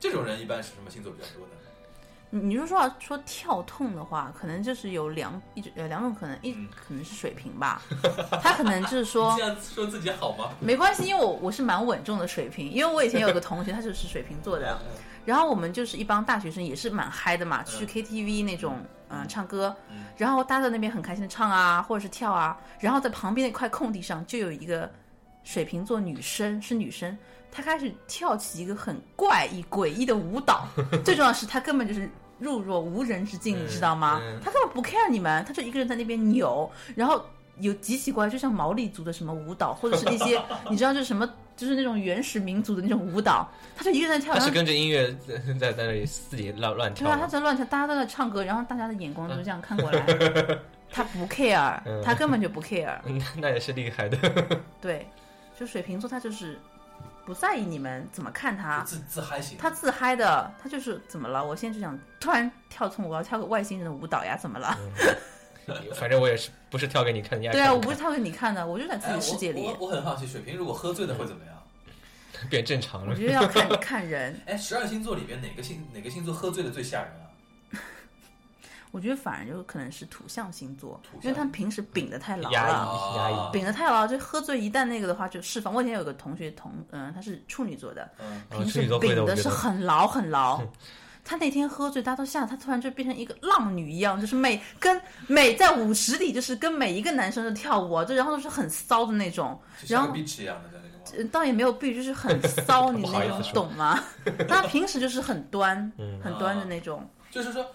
Speaker 2: 这种人一般是什么星座比较多呢？
Speaker 4: 你你就说要说跳痛的话，可能就是有两一直呃两种可能，一
Speaker 2: 嗯
Speaker 4: 可能是水瓶吧， 他可能就是说
Speaker 2: 这样说自己好吗？
Speaker 4: 没关系，因为我我是蛮稳重的水瓶，因为我以前有个同学，他就是水瓶座的，
Speaker 2: 嗯
Speaker 4: 然后我们就是一帮大学生，也是蛮嗨的嘛，去 KTV 那种，嗯、唱歌
Speaker 2: 嗯，
Speaker 4: 然后大家在那边很开心的唱啊，或者是跳啊，然后在旁边那块空地上就有一个水瓶座女生，是女生，她开始跳起一个很怪异、诡异的舞蹈，最重要的是她根本就是。入若无人之境，
Speaker 3: 嗯
Speaker 4: 你知道吗
Speaker 3: 嗯？
Speaker 4: 她根本不 care 你们，她就一个人在那边扭，然后有极其怪，就像毛利族的什么舞蹈，或者是那些你知道就是什么，就是那种原始民族的那种舞蹈，她就一个人在跳，
Speaker 3: 他
Speaker 4: 然后
Speaker 3: 是跟着音乐在在在那里自己乱乱
Speaker 4: 对啊，他
Speaker 3: 跳。
Speaker 4: 在乱跳，大家都在唱歌，然后大家的眼光就这样看过来，他不 care，
Speaker 3: 嗯
Speaker 4: 他根本就不 care。
Speaker 3: 那嗯那也是厉害 的。
Speaker 4: 对，就水瓶座他就是不在意你们怎么看他，
Speaker 2: 自自嗨型，
Speaker 4: 啊他自嗨的，他就是怎么了？我现在就想突然跳从我要跳个外星人的舞蹈呀，怎么了？
Speaker 3: 反正我也是不是跳给你看，你爱
Speaker 4: 对啊，
Speaker 3: 看
Speaker 4: 我不是跳给你看的，我就在自
Speaker 2: 哎
Speaker 4: 己世界里
Speaker 2: 我。我我很好奇，水瓶如果喝醉了会怎么样？
Speaker 3: 看变正常
Speaker 4: 我
Speaker 3: 了。
Speaker 4: 觉得要看 看人，
Speaker 2: 哎，十二星座里边哪个星哪个星座喝醉了最吓人啊？
Speaker 4: 我觉得反而就可能是土象星座
Speaker 2: 土，象
Speaker 4: 因为他们平时秉的太牢
Speaker 3: 压
Speaker 4: 了。
Speaker 3: 抑压抑
Speaker 2: 啊
Speaker 4: 秉的太牢，就喝醉一旦那个的话就释放。我以前有个同学同，嗯，他是处女座的，
Speaker 2: 嗯，
Speaker 3: 哦
Speaker 4: 平
Speaker 3: 处
Speaker 4: 时
Speaker 3: 女座会
Speaker 4: 秉
Speaker 3: 的，我
Speaker 4: 的
Speaker 3: 觉
Speaker 4: 是
Speaker 3: 得
Speaker 4: 很牢很牢。 他那天喝醉，大家都吓，他突然就变成一个浪女一样，就是每跟每在舞池里，就是跟每一个男生都跳舞啊，就然后都是很骚的那种，
Speaker 2: 就
Speaker 4: 然
Speaker 2: 像
Speaker 4: 后
Speaker 2: 个 bitch 一样的在那个吗？
Speaker 4: 呃倒也没有必，就是很 骚，你
Speaker 3: 不好
Speaker 4: 那
Speaker 3: 意
Speaker 4: 种
Speaker 3: 思说嗯
Speaker 4: 懂 吗？但他平时就是很端，很端
Speaker 3: 啊
Speaker 4: 的那种。
Speaker 2: 就是说，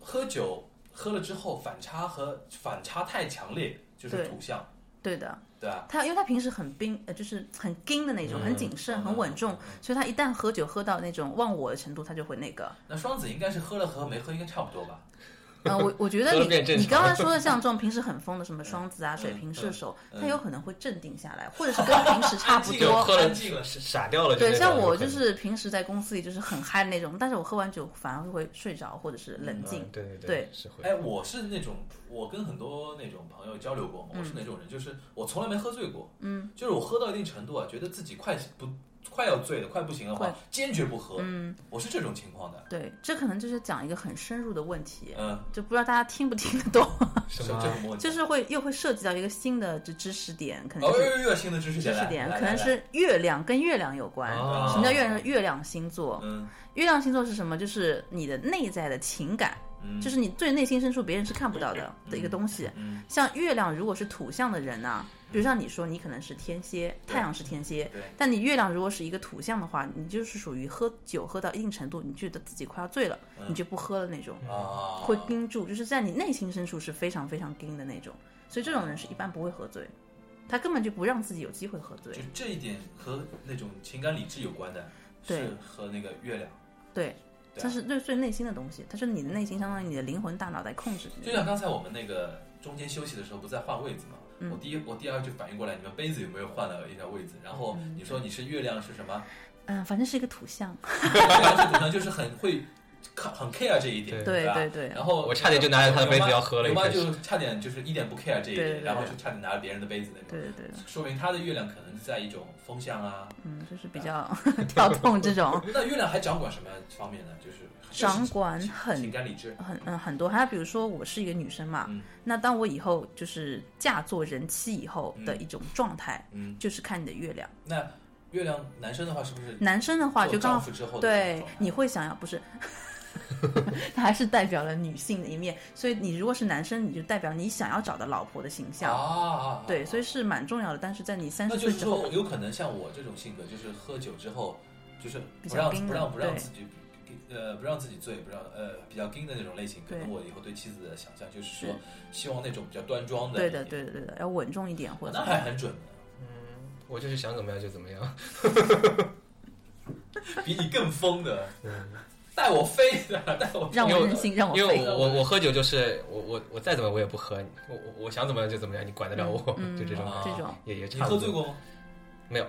Speaker 2: 喝酒喝了之后反差和反差太强烈，就是
Speaker 4: 对
Speaker 2: 土象，
Speaker 4: 对的，
Speaker 2: 对
Speaker 3: 啊
Speaker 2: 吧？
Speaker 4: 他因为他平时很冰，呃，就是很硬的那种，
Speaker 3: 嗯
Speaker 4: 很谨慎，很稳重，所以他一旦喝酒喝到那种忘我的程度，他就会那 个。
Speaker 2: 那双子应该是喝了和没喝应该差不多吧？
Speaker 4: 呃，我我觉得
Speaker 3: 喝了嗯变
Speaker 4: 你
Speaker 3: 正
Speaker 4: 你
Speaker 3: 常
Speaker 4: 刚刚说的 像这种平时很疯的什么双子啊、水瓶、射手，
Speaker 3: 嗯
Speaker 4: 他有可能会镇定下来，或者是跟平时差 不
Speaker 2: 安静
Speaker 3: 就
Speaker 2: 了
Speaker 4: 多。
Speaker 3: 喝了
Speaker 2: 安静了
Speaker 3: 傻掉了。
Speaker 4: 对，
Speaker 3: 那
Speaker 4: 像
Speaker 3: 种
Speaker 4: 我
Speaker 3: 有可
Speaker 4: 就
Speaker 3: 能
Speaker 4: 是平时在公司里就是很嗨的那种，但是我喝完酒反而会睡着或者是冷静。
Speaker 3: 嗯对对
Speaker 4: 对
Speaker 3: 是会。
Speaker 2: 哎，我是那种，我跟很多那种朋友交流过嘛，
Speaker 4: 嗯
Speaker 2: 我是那种人，就是我从来没喝醉过，嗯，就是我喝到一定程度啊，觉得自己快不快要醉了，快不行的话
Speaker 4: 会，
Speaker 2: 坚决不喝，嗯，我是这种情况的，
Speaker 4: 对，这可能就是讲一个很深入的问题，
Speaker 2: 嗯，
Speaker 4: 就不知道大家听不听得懂，
Speaker 3: 什
Speaker 2: 这
Speaker 3: 么？
Speaker 2: 个问题
Speaker 4: 就是会又会涉及到一个新的知知识点，可能
Speaker 2: 哦，又
Speaker 4: 是
Speaker 2: 又又要新的知识
Speaker 4: 知
Speaker 2: 点
Speaker 4: 识
Speaker 2: 来，
Speaker 4: 点，
Speaker 2: 来
Speaker 4: 可能，
Speaker 2: 来
Speaker 4: 是月亮跟月亮有关。
Speaker 3: 哦
Speaker 4: 什么叫月亮？月亮星座，
Speaker 2: 嗯
Speaker 4: 月亮星座是什么？就是你的内在的情感，
Speaker 2: 嗯，
Speaker 4: 就是你最内心深处别人是看不到的的一个东西。
Speaker 2: 嗯，
Speaker 4: 像月亮如果是土象的人呢、比如像你说你可能是天蝎，太阳是天蝎
Speaker 2: 对，
Speaker 4: 但你月亮如果是一个土象的话，你就是属于喝酒喝到一定程度，你觉得自己快要醉了，
Speaker 2: 嗯
Speaker 4: 你就不喝了那种，
Speaker 2: 啊，
Speaker 4: 会盯住，就是在你内心深处是非常非常盯的那种。所以这种人是一般不会喝醉，他根本就不让自己有机会喝醉
Speaker 2: 就。这一点和那种情感理智有关的，
Speaker 4: 对
Speaker 2: 是和那个月亮。
Speaker 4: 对，
Speaker 2: 对啊
Speaker 4: 它是最最内心的东西，它是你的内心，相当于你的灵魂大脑在控制
Speaker 2: 就
Speaker 4: 你。
Speaker 2: 像刚才我们那个中间休息的时候，不是在换位子吗？
Speaker 4: 嗯
Speaker 2: 我第一，我第二就反应过来，你们杯子有没有换了一下位置？然后你说你是月亮是什么？
Speaker 4: 嗯，反正是一个土象。
Speaker 2: 月亮是土象，就是很会看很 care 这一点，
Speaker 4: 对
Speaker 2: 吧
Speaker 4: 对对
Speaker 2: 然后
Speaker 3: 我差点就拿着他的杯子要喝了
Speaker 2: 我
Speaker 3: 一
Speaker 2: 妈
Speaker 3: 开始
Speaker 2: 就差点就是一点不 care 这一
Speaker 4: 对对
Speaker 2: 点，
Speaker 4: 对
Speaker 2: 然后就差点拿了别人的杯子那
Speaker 4: 对
Speaker 2: 种，
Speaker 4: 对对，
Speaker 2: 说明他的月亮可能在一种风向啊。
Speaker 4: 嗯，就是比较 跳动这种，
Speaker 2: 那月亮还掌管什么方面呢？就是
Speaker 4: 掌管
Speaker 2: 情
Speaker 4: 很
Speaker 2: 情感理智。
Speaker 4: 很嗯很多。还有比如说，我是一个女生嘛，
Speaker 2: 嗯
Speaker 4: 那当我以后就是嫁做人妻以后的
Speaker 2: 嗯
Speaker 4: 一种状态，
Speaker 2: 嗯
Speaker 4: 就是看你的月亮。
Speaker 2: 那月亮男生的话是不是
Speaker 4: 男生的话
Speaker 2: 做
Speaker 4: 就刚
Speaker 2: 丈
Speaker 4: 好
Speaker 2: 夫之后的那
Speaker 4: 对
Speaker 2: 种状态，
Speaker 4: 你会想要不是。 它还是代表了女性的一面，所以你如果是男生，你就代表你想要找的老婆的形象。
Speaker 2: 啊？
Speaker 4: 对，所以是蛮重要的。但是在你三
Speaker 2: 那
Speaker 4: 十
Speaker 2: 就是
Speaker 4: 岁之后
Speaker 2: 说，，有可能像我这种性格，就是喝酒之后，就是不
Speaker 4: 比较
Speaker 2: 让
Speaker 4: 冰
Speaker 2: 不让
Speaker 4: 冷
Speaker 2: 不让
Speaker 4: 对
Speaker 2: 自己呃不让自己醉，不让呃比较硬的那种类型。可能
Speaker 4: 对
Speaker 2: 我以后对妻子的想象就是
Speaker 4: 是
Speaker 2: 说，希望那种比较端庄的。
Speaker 4: 对的，，对的，对的，要稳重一点或者
Speaker 2: 那还很准的，
Speaker 3: 我就是想怎么样就怎么样。
Speaker 2: 比你更疯的， 带我飞的，带我
Speaker 4: 让
Speaker 3: 因
Speaker 4: 我
Speaker 3: 为
Speaker 4: 任性，让我
Speaker 3: 因
Speaker 4: 飞
Speaker 3: 为。我我我喝酒就是我我我再怎么我也不喝，我我我想怎么样就怎么样，你管得了我？
Speaker 4: 嗯
Speaker 3: 就这种
Speaker 2: 啊
Speaker 4: 这种，
Speaker 3: 也也
Speaker 2: 你
Speaker 3: 差不
Speaker 2: 喝
Speaker 3: 多。
Speaker 2: 醉过吗？
Speaker 3: 没有，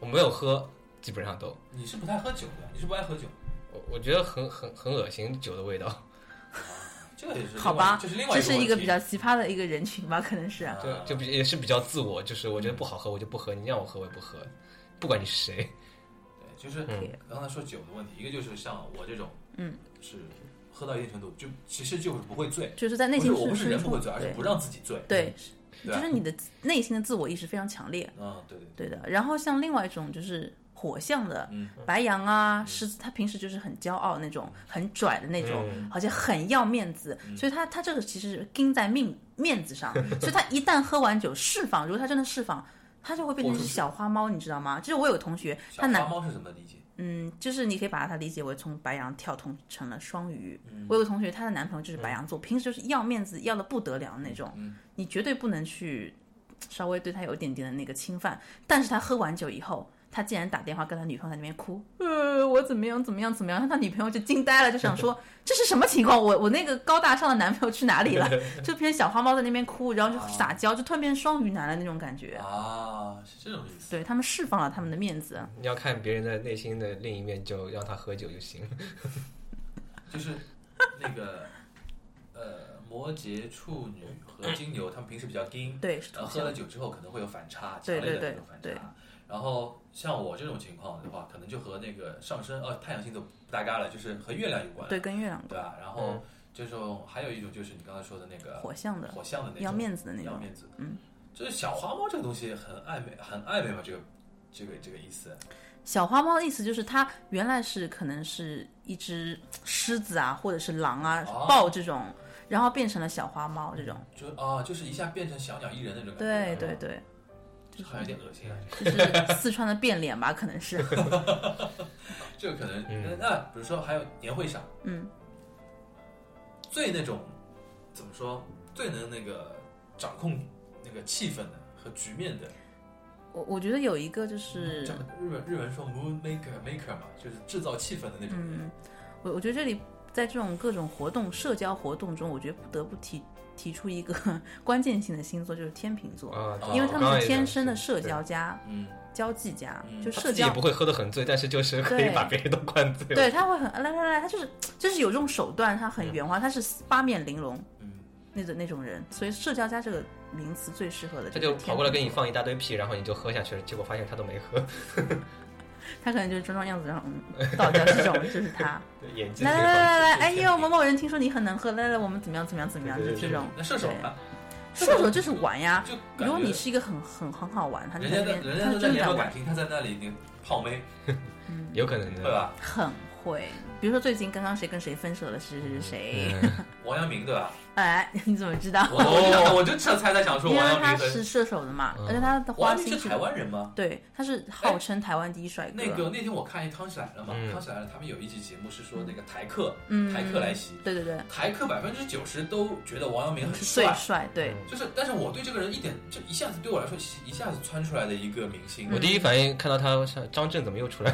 Speaker 3: 我没有喝，基本上都。
Speaker 2: 你是不太喝酒的，你是不爱喝酒，
Speaker 3: 我我觉得很很很恶心酒的味道。
Speaker 2: 这个也是
Speaker 4: 好
Speaker 2: 另外
Speaker 4: 吧，
Speaker 2: 这是另外
Speaker 4: 这是一个
Speaker 2: 问题
Speaker 4: 比较奇葩的一个人群吧，可能是啊。
Speaker 3: 就就比也是比较自我，就是我觉得不好喝我就不喝，你让我喝我也不喝，不管你是谁。
Speaker 2: 对，就是
Speaker 4: 嗯
Speaker 2: 刚才说酒的问题，一个就是像我这种，嗯，是喝到一定程度就其实就是不会醉，
Speaker 4: 就是在内
Speaker 2: 不是
Speaker 4: 心
Speaker 2: 嗯我不是
Speaker 4: 深
Speaker 2: 人
Speaker 4: 处
Speaker 2: 不会醉，而是
Speaker 4: 对
Speaker 2: 不让自己醉。
Speaker 4: 对，
Speaker 2: 对啊
Speaker 4: 就是你的内心的自我意识非常强烈，
Speaker 2: 嗯，对对
Speaker 4: 对的。然后像另外一种就是火象的
Speaker 2: 嗯
Speaker 4: 白羊啊、狮子，他平时就是很骄傲那种，很拽的那种，
Speaker 2: 嗯
Speaker 4: 而且很要面子，所以他他这个其实盯在命面 子上，所以他一旦喝完酒释放，如果他真的释放。他就会变成
Speaker 2: 豁出
Speaker 4: 是
Speaker 2: 去
Speaker 4: 小花猫，你知道吗？就是我有同学，
Speaker 2: 小
Speaker 4: 他男
Speaker 2: 花猫是怎么理解？
Speaker 4: 嗯，就是你可以把它理解为从白羊跳通成了双鱼。
Speaker 2: 嗯
Speaker 4: 我有个同学，她的男朋友就是白羊座，平时就是要面子要的不得了那种，
Speaker 2: 嗯
Speaker 4: 你绝对不能去稍微对他有一点点的那个侵犯。但是他喝完酒以后，他竟然打电话跟他女朋友在那边哭，呃，我怎么样怎么样怎么样，然后他女朋友就惊呆了，就 想说这是什么情况？我我那个高大上的男朋友去哪 里了？就变成小花猫在那边哭，然后就撒娇，就突然变成双鱼男了那种感觉。
Speaker 2: 啊，是这种意思。
Speaker 4: 对他们释放了他们的面子，
Speaker 3: 你要看别人的内心的另一面，就让他喝酒就行。
Speaker 2: 就是那个呃，摩羯、处女和金牛，他们平时比较硬，
Speaker 4: 对，是
Speaker 2: 然
Speaker 4: 同
Speaker 2: 后
Speaker 4: 性
Speaker 2: 呃啊喝了酒之后可能会有反差，强
Speaker 4: 对
Speaker 2: 烈
Speaker 4: 对对
Speaker 2: 的有反
Speaker 4: 对
Speaker 2: 差。然后像我这种情况的话，可能就和那个上升呃太阳星座不搭嘎了，就是和月亮有关，
Speaker 4: 对，跟月亮
Speaker 2: 对吧？然后这种还有一种就是你刚才说的那个
Speaker 4: 火象的，
Speaker 2: 火象的那种
Speaker 4: 要面子的那
Speaker 2: 要
Speaker 4: 种。
Speaker 2: 面子，
Speaker 4: 嗯，
Speaker 2: 就是小花猫这个东西很暧昧，很暧昧嘛，这个这个这个意思，
Speaker 4: 小花猫的意思就是，它原来是可能是一只狮子啊，或者是狼啊、
Speaker 2: 哦
Speaker 4: 豹这种，然后变成了小花猫这种。
Speaker 2: 就啊，就是一下变成小鸟依人那种感
Speaker 4: 对
Speaker 2: 觉，
Speaker 4: 对，对，
Speaker 2: 这嗯好像有点恶心啊。
Speaker 4: 就是四川的变脸吧，可能是。
Speaker 2: 这个可能，
Speaker 3: 嗯
Speaker 2: 那那比如说还有年会上
Speaker 4: 嗯，
Speaker 2: 最那种怎么说最能那个掌控那个气氛的和局面的，
Speaker 4: 我我觉得有一个就是
Speaker 2: 叫，日本日文说 moon maker maker 嘛，就是制造气氛的那种人
Speaker 4: 嗯，我我觉得这里在这种各种活动、社交活动中，我觉得不得不提提出一个 关键性的星座，就是天秤座，
Speaker 3: 啊，
Speaker 2: 哦
Speaker 4: 因为他们是天生的
Speaker 3: 社
Speaker 4: 社
Speaker 3: 交。
Speaker 4: 交家、
Speaker 2: 嗯，
Speaker 4: 交际家，
Speaker 2: 嗯
Speaker 4: 就
Speaker 3: 他
Speaker 4: 社
Speaker 3: 自己
Speaker 4: 交
Speaker 3: 不会喝得很醉，但是就是可以
Speaker 4: 对
Speaker 3: 把别人都灌醉。
Speaker 4: 对，他会很来来来，他就是就是有这种手段，他很圆滑，他是八面玲珑
Speaker 2: 嗯，
Speaker 4: 那种那种人，所以社交家这个名词最适合的
Speaker 3: 他
Speaker 4: 是
Speaker 3: 就跑过来跟你
Speaker 4: 天秤座，
Speaker 3: 放一大堆屁，然后你就喝下去了，结果发现他都没喝，
Speaker 4: 他可能就是装装样子，然后嗯倒掉这种，就是他。
Speaker 3: 演技
Speaker 4: 来来来来来，哎呦，某
Speaker 3: 妈，
Speaker 4: 某人听说你很能喝，来来，我们怎么样怎么样怎么样，就
Speaker 3: 对对
Speaker 4: 是这种。
Speaker 2: 那射手呢？
Speaker 4: 射手就是玩呀，
Speaker 2: 就感觉
Speaker 4: 如果你是一个很很很好玩，他就
Speaker 2: 人家
Speaker 4: 在那
Speaker 2: 在
Speaker 4: 边，
Speaker 2: 人家
Speaker 4: 他就
Speaker 2: 都在
Speaker 4: 真的
Speaker 2: 联
Speaker 4: 在
Speaker 2: 络
Speaker 4: 玩
Speaker 2: 感，情，他在那里那个泡妹，
Speaker 3: 有可能
Speaker 2: 对
Speaker 3: 的。
Speaker 2: 吧？
Speaker 4: 很会。比如说最近刚刚谁跟谁分手了，谁谁谁谁，
Speaker 3: 嗯
Speaker 2: 王阳明对吧？
Speaker 4: 哎， 你怎么知道？
Speaker 2: 我我就想我就这才在想说
Speaker 4: 啊 因
Speaker 2: 王
Speaker 4: 为
Speaker 2: 阳
Speaker 4: 他
Speaker 2: 明的，
Speaker 4: 是射手的嘛，
Speaker 3: 嗯
Speaker 4: 而且他的
Speaker 2: 王
Speaker 4: 花
Speaker 2: 阳明
Speaker 4: 心
Speaker 2: 是台湾人吗？
Speaker 4: 对，他是号称台湾第一帅哥。
Speaker 2: 那个那天我看一《康熙来了》嘛，
Speaker 3: 嗯
Speaker 2: 康熙来了》他们有一期节目是说那个台客，
Speaker 4: 嗯
Speaker 2: 台客来袭，
Speaker 4: 对对对，
Speaker 2: 台客百分之九十都觉得王阳明很
Speaker 4: 是最
Speaker 2: 帅，嗯
Speaker 4: 帅，对，
Speaker 2: 就是，但是我对这个人一点，就一下子对我来说一下子窜出来的一个明星，
Speaker 3: 我第一反应看到他像张震怎么又出来？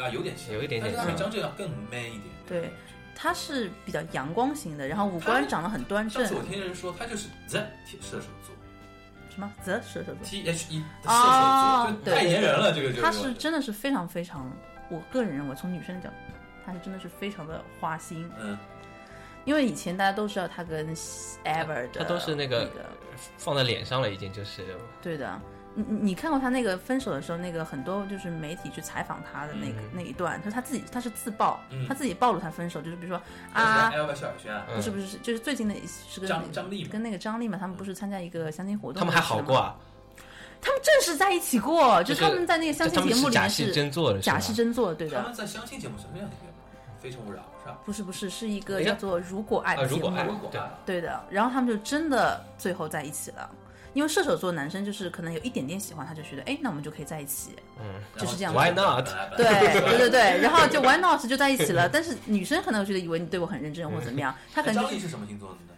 Speaker 2: 啊有点像，
Speaker 3: 有一点点
Speaker 2: 但是他比
Speaker 3: 像
Speaker 2: 张震要更 man 一点。
Speaker 4: 对，他是比较阳光型的，然后五官长得很端
Speaker 2: 上
Speaker 4: 正
Speaker 2: 次。我听人说他就是 Z 射手座
Speaker 4: 什么？则射手座？
Speaker 2: ，T H E 的射
Speaker 4: 哦
Speaker 2: 手座，就
Speaker 4: 对
Speaker 2: 代言人了，这个就
Speaker 4: 他是
Speaker 2: 真，
Speaker 4: 真的是非常非常，我个人认为从女生的角度，他是真的是非常的花心，
Speaker 2: 嗯，
Speaker 4: 因为以前大家都知道他跟 Ever 的，
Speaker 3: 他都是那个放在脸上了，已经就是
Speaker 4: 对的。你你你看过他那个分手的时候，那个很多就是媒体去采访他的那个、
Speaker 3: 嗯
Speaker 4: 那一段，就是他自己他是自曝，
Speaker 2: 嗯
Speaker 4: 他自己暴露他分手，就是比如说
Speaker 2: 他
Speaker 4: 啊
Speaker 2: 喜欢 L 小轩啊，
Speaker 3: 嗯
Speaker 4: 不是不是，就是最近的一是跟
Speaker 2: 张张力嘛
Speaker 4: 跟那个张力嘛，他们不是参加一个相亲活动，
Speaker 3: 他们还好过，啊，
Speaker 4: 他们正式在一起过，就
Speaker 3: 就是
Speaker 4: 他们在那个相
Speaker 3: 他
Speaker 4: 亲
Speaker 3: 们
Speaker 4: 节
Speaker 3: 是
Speaker 4: 目里
Speaker 3: 假
Speaker 4: 面
Speaker 3: 戏真啊做的，
Speaker 4: 假戏真做，对
Speaker 2: 他
Speaker 4: 的
Speaker 2: 们，在相亲节目上面也有非诚勿扰是吧？
Speaker 4: 不是不是，是一个
Speaker 3: 等一下
Speaker 4: 叫做《如果爱》
Speaker 3: 哎啊
Speaker 4: 的
Speaker 3: 如
Speaker 4: 节
Speaker 3: 果
Speaker 4: 目
Speaker 3: 爱，
Speaker 2: 如果
Speaker 3: 对
Speaker 2: 爱
Speaker 4: 对的，然后他们就真的最后在一起了。因为射手座男生就是可能有一点点喜欢，他就觉得哎，那我们就可以在 一起，
Speaker 3: 嗯，
Speaker 4: 就是这样子。
Speaker 3: Why not？
Speaker 2: 本来本
Speaker 4: 对
Speaker 2: 来
Speaker 4: 对对对，然后就 why not 就在一起了。但是女生可能会觉得以为你对我很认真或者怎么
Speaker 3: 嗯
Speaker 4: 样，他可能
Speaker 2: 张
Speaker 4: 就
Speaker 2: 力
Speaker 4: 是
Speaker 2: 是什么星座的呢？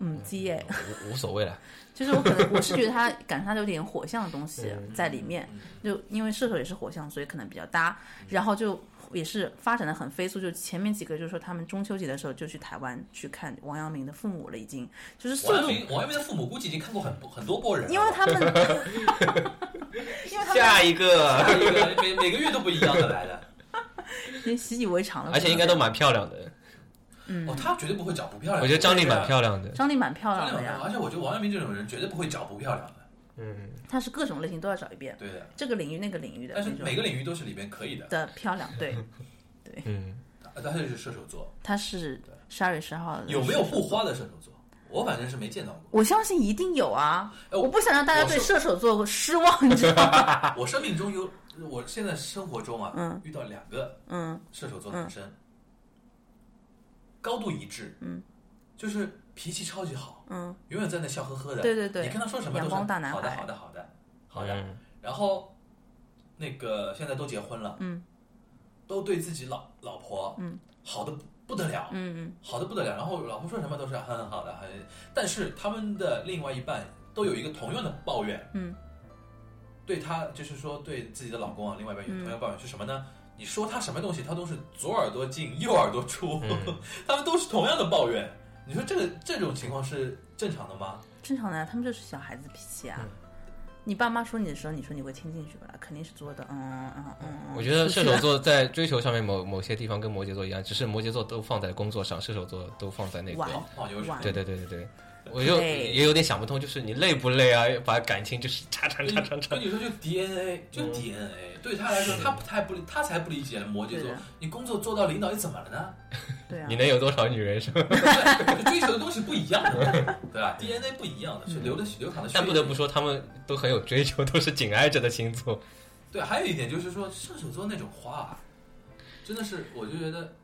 Speaker 4: 嗯鸡耶，
Speaker 3: 无无所谓了。
Speaker 4: 就是我可能我是觉得他 感觉他有点火象的东西
Speaker 3: 嗯
Speaker 4: 在里面，就因为射手也是火象，所以可能比较搭。
Speaker 2: 嗯
Speaker 4: 然后就也是发展的很飞速，就前面几个就是说他们中秋节的时候就去台湾去看王阳明的父母了，已经就是速
Speaker 2: 王阳
Speaker 4: 度，
Speaker 2: 明，王阳明的父母估计已经看过很多很多波人了，
Speaker 4: 因为他们 因为 他们
Speaker 3: 下一个，
Speaker 2: 下一个每每个月都不一样的来的。
Speaker 4: 已经习以为常了， 嗯
Speaker 3: 而且应该都蛮漂亮 的，
Speaker 2: 哦，他绝对不会找不漂亮的。
Speaker 3: 我觉得张丽蛮
Speaker 2: 亮
Speaker 3: 漂亮的。
Speaker 4: 张力蛮漂亮的
Speaker 2: 张力蛮漂亮
Speaker 4: 呀，
Speaker 2: 而且我觉得王阳明这种人绝对不会找不漂亮的。
Speaker 3: 嗯，
Speaker 4: 他是各种类型都要找一遍，
Speaker 2: 对的，
Speaker 4: 这个领域那个领域的
Speaker 2: 但是
Speaker 4: 那种
Speaker 2: 每个领域都是里边可以的。
Speaker 4: 的漂亮， 对，
Speaker 3: 嗯，
Speaker 2: 啊但是是射手座，
Speaker 4: 他是十二月十号
Speaker 3: 嗯
Speaker 4: 的
Speaker 2: 有没有不花的射手座？我反正是没见到过。
Speaker 4: 我相信一定有啊！
Speaker 2: 哎我
Speaker 4: 我不想让大家
Speaker 2: 我
Speaker 4: 对
Speaker 2: 是
Speaker 4: 射手座失望，你知道吗？
Speaker 2: 我生命中有，我现在生活中啊
Speaker 4: 嗯，
Speaker 2: 遇到两个
Speaker 4: 嗯，
Speaker 2: 射手座男生，高度一致，
Speaker 4: 嗯，
Speaker 2: 就是脾气超级好，
Speaker 4: 嗯，
Speaker 2: 永远在那笑呵呵的。
Speaker 4: 对对对
Speaker 2: 你跟他说什么都
Speaker 4: 阳
Speaker 2: 是
Speaker 4: 光大男
Speaker 2: 好的，
Speaker 4: 孩
Speaker 2: 好的，好的，
Speaker 3: 嗯
Speaker 2: 好的。然后那个现在都结婚了，
Speaker 4: 嗯，
Speaker 2: 都对自己老老婆，嗯，好的不得了，
Speaker 4: 嗯
Speaker 2: 好的不得了。然后老婆说什么都是很很好的，很。但是他们的另外一半都有一个同样的抱怨，
Speaker 4: 嗯，
Speaker 2: 对她就是说对自己的老公啊，另外一半有同样抱怨是什么呢？
Speaker 4: 嗯
Speaker 2: 你说他什么东西，他都是左耳朵进右耳朵出，
Speaker 3: 嗯
Speaker 2: 他们都是同样的抱怨。你说这个这种情况是正常的吗？
Speaker 4: 正常的啊，他们就是小孩子脾气
Speaker 3: 嗯
Speaker 4: 啊。你爸妈说你的时候，你说你会听进去吧？肯定是做的，嗯嗯嗯嗯。
Speaker 3: 我觉得
Speaker 4: 是
Speaker 3: 射
Speaker 4: 不是
Speaker 3: 手座在追求上面某某些地方跟摩羯座一样，只是摩羯座都放在工作上，射手座都放在那
Speaker 4: 玩
Speaker 3: 个。
Speaker 2: 网游是
Speaker 4: 玩
Speaker 3: 对对对对对，我就
Speaker 4: 对
Speaker 3: 也有点想不通，就是你累不累啊？把感情就是叉 叉叉叉叉
Speaker 2: 跟。你说就 DNA 就
Speaker 3: 嗯
Speaker 2: DNA，、对他来说，他不太不理他才不理解摩羯
Speaker 4: 对
Speaker 2: 座
Speaker 4: 的，
Speaker 2: 你工作做到领导又怎么了 呢？
Speaker 4: 对啊
Speaker 3: 你，能有多少女人是吧？
Speaker 2: 对，就追求的东西不一样 的，对吧？DNA 不一样的，是流的流淌的血液。
Speaker 3: 嗯但不得不说，他们都很有追求，都是紧挨着的星座。
Speaker 2: 对，还有一点就是说，射手座那种花啊，真的是，我就觉得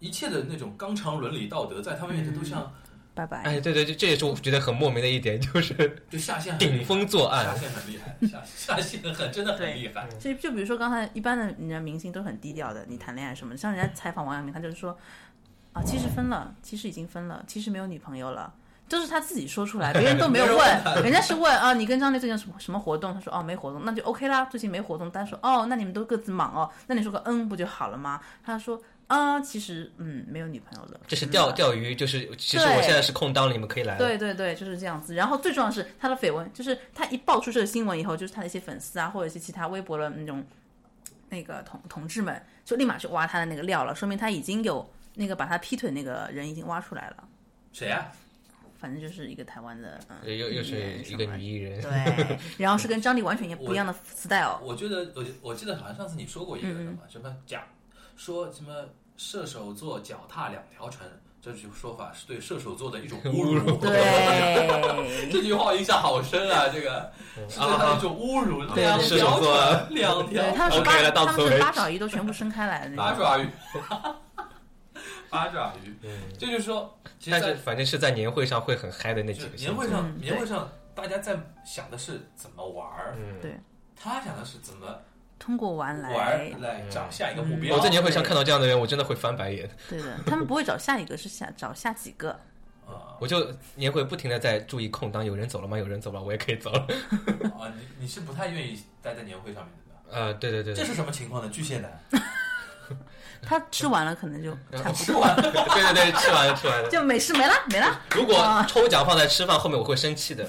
Speaker 2: 一切的那种纲常伦理道德，在他们面前都像
Speaker 4: 拜拜。
Speaker 3: 哎，对对，就这也是我觉得很莫名的一点， 就是
Speaker 2: 就下线很厉害
Speaker 3: 顶风作
Speaker 2: 下
Speaker 3: 案。
Speaker 2: 线很厉害，下下线很真的很厉害。
Speaker 4: 所以就比如说刚才一般的人家明星都很低调的，你谈恋爱什么的，像人家采访王阳明，他就是说啊，其实分了，其实已经分了，其实没有女朋友了。都是他自己说出来，别人都没 有
Speaker 2: 没人问他
Speaker 4: 问，人家是问啊，你跟张丽最近有什么什么活动？他说哦没活动，那就 OK 啦，最近没活动。他说哦，那你们都各自忙哦，那你说个嗯不就好了吗？他说啊，其实嗯没有女朋友了，
Speaker 3: 这是
Speaker 4: 嗯
Speaker 3: 钓钓鱼，就是其实
Speaker 4: 对
Speaker 3: 我现在是空档了，你们可以来了。
Speaker 4: 对对对，就是这样子。然后最重要的是他的绯闻，就是他一爆出这个新闻以后，就是他的一些粉丝啊，或者一些其他微博的那种那个同同志们，就立马去挖他的那个料了，说明他已经有那个把他劈腿那个人已经挖出来了。
Speaker 2: 谁啊？
Speaker 4: 反正就是一个台湾的，嗯，
Speaker 3: 又又是一个女艺人，
Speaker 4: 对，然后是跟张力完全也不一样的 style，
Speaker 2: 我觉得我我记得好像上次你说过一个
Speaker 4: 嗯
Speaker 2: 什么、什么假，说什么射手座脚踏两条船，这句说法是对射手座的 一种侮 辱。
Speaker 4: 对，
Speaker 2: 这句话我印象好深啊，这个是对他的一种侮辱。
Speaker 3: 嗯对
Speaker 2: 两
Speaker 3: 射
Speaker 2: 条
Speaker 3: 手座
Speaker 2: 船，两条
Speaker 4: 对，他们是
Speaker 3: OK，
Speaker 4: 八
Speaker 3: 了，到
Speaker 4: 他
Speaker 3: 此
Speaker 4: 们
Speaker 3: 为
Speaker 4: 是
Speaker 3: 止
Speaker 4: 八爪鱼都全部伸开来的那
Speaker 2: 八
Speaker 4: 种，
Speaker 2: 爪鱼，八爪鱼，这就是说，其实
Speaker 3: 嗯但
Speaker 2: 在
Speaker 3: 是反正是在年会上会很嗨的那
Speaker 2: 就
Speaker 3: 几
Speaker 2: 是
Speaker 3: 个星
Speaker 2: 年
Speaker 3: 座
Speaker 2: 会。上，
Speaker 4: 嗯
Speaker 2: 年会上大家在想的是怎么玩儿，
Speaker 3: 嗯
Speaker 4: 对，
Speaker 2: 他想的是怎么
Speaker 4: 通过玩
Speaker 2: 玩
Speaker 4: 来
Speaker 2: 儿，来找下一个目标。
Speaker 3: 嗯我在年会上看到这样的人，我真的会翻白眼。
Speaker 4: 对的，他们不会找下一个，是下找下几个，
Speaker 2: 啊
Speaker 3: 我就年会不停的在注意空档，有人走了吗？有人走了，我也可以走了。
Speaker 2: 啊，你你是不太愿意待在年会上面的。
Speaker 3: 呃，对对对，
Speaker 2: 这
Speaker 3: 对
Speaker 2: 是什么情况呢？巨蟹男，
Speaker 4: 他吃完了可能就差不多，
Speaker 3: 对对，吃完了吃完了。
Speaker 4: 就没事没了没了。
Speaker 3: 如
Speaker 4: 啊
Speaker 3: 果抽奖放在吃饭后面，我会生 气的。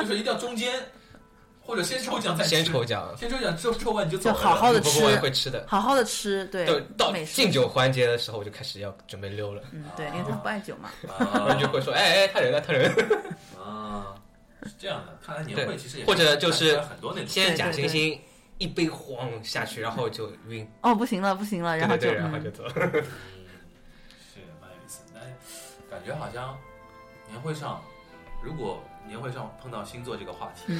Speaker 2: 就是一定要中间，或者先抽奖再吃
Speaker 3: 先抽， 奖，
Speaker 2: 先抽奖抽抽完你就走
Speaker 4: 就
Speaker 2: 了。
Speaker 4: 好好的
Speaker 3: 不
Speaker 4: 吃
Speaker 3: 过我也会吃的。
Speaker 4: 好好的吃，对
Speaker 3: 就，到
Speaker 4: 美食
Speaker 3: 敬，酒环节的时候，我就开始要准备溜 了，
Speaker 4: 嗯，对，因为他不爱酒嘛，
Speaker 3: 然后就会说：“哎哎，他人呢？他人呢
Speaker 2: 啊啊，是这样的。看来年会
Speaker 3: 对
Speaker 2: 其实也
Speaker 3: 或者就是
Speaker 2: 很多那种
Speaker 3: 先假惺惺一杯晃下去，然后就晕，
Speaker 4: 哦，不行了，不行了，
Speaker 3: 对
Speaker 4: 然后
Speaker 3: 对
Speaker 4: 就，
Speaker 3: 对，然后就
Speaker 4: 嗯，
Speaker 3: 走。
Speaker 2: 是蛮有意思。但感觉好像年会上，如果年会上碰到星座这个话题，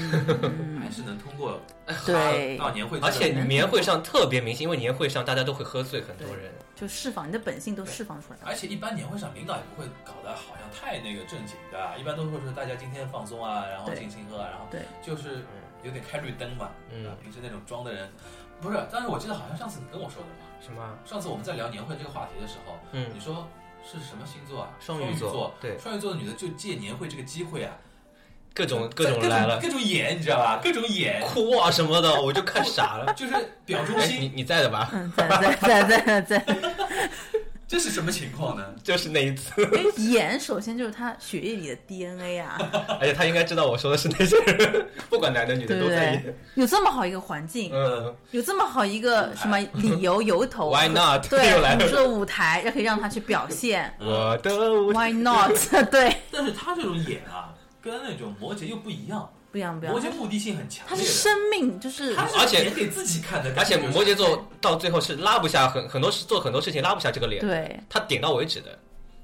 Speaker 2: 还是能通过
Speaker 4: 嗯对，
Speaker 2: 到年会这
Speaker 3: 而
Speaker 2: 个，
Speaker 3: 且年会上特别明显，因为年会上大家都会喝醉，很多人。
Speaker 4: 就释放你的本性都释放出来了，
Speaker 2: 而且一般年会上领导也不会搞得好像太那个正经的，啊一般都会说大家今天放松啊，然后
Speaker 4: 对
Speaker 2: 尽情喝啊，然后
Speaker 4: 对
Speaker 2: 就是有点开绿灯嘛。
Speaker 3: 嗯
Speaker 2: 啊平时那种装的人，不是。但是我记得好像上次你跟我说的嘛，
Speaker 3: 什么？
Speaker 2: 上次我们在聊年会这个话题的时候，
Speaker 3: 嗯
Speaker 2: 你，说是什么星座啊？
Speaker 3: 双
Speaker 2: 鱼
Speaker 3: 鱼座对
Speaker 2: 双鱼座的女的就借年会这个机会啊，
Speaker 3: 各
Speaker 2: 在
Speaker 3: 种各种来 了，
Speaker 2: 各种演，你知道吧？各种演，
Speaker 3: 哭啊什么的，我就看傻了。
Speaker 2: 就是表忠
Speaker 3: 哎，你
Speaker 2: 心，
Speaker 3: 你在的吧？
Speaker 4: 嗯，在在在在在，
Speaker 2: 这是什么情况呢？
Speaker 3: 就是那一次，
Speaker 4: 因为盐首先就是他血液里的 DNA 啊，
Speaker 3: 而且他应该知道我说的是那些人， 不管男的女
Speaker 4: 对
Speaker 3: 的
Speaker 4: 不
Speaker 3: 都在
Speaker 4: 对
Speaker 3: 演。？
Speaker 4: 有这么好一个环境，
Speaker 3: 嗯
Speaker 4: 有这么好一个什么理由由头
Speaker 3: ，Why not？又来
Speaker 4: 对，你
Speaker 3: 了，
Speaker 4: 说舞台也可以让他去表现
Speaker 3: 我的舞
Speaker 4: ，Why not？对，
Speaker 2: 但是他这种演啊，跟那种摩羯又不一样，
Speaker 4: 不一样不一样
Speaker 2: 摩，羯目的性很强
Speaker 4: 啊他
Speaker 2: 烈
Speaker 4: 是
Speaker 2: 的，
Speaker 4: 生命，就是
Speaker 2: 他是
Speaker 3: 而且
Speaker 2: 演给自己看的感
Speaker 3: 而
Speaker 2: 觉，
Speaker 3: 且摩羯座到最后是拉不下很很多事，做很多事情拉不下这个脸，
Speaker 4: 对。
Speaker 3: 他点到为止的。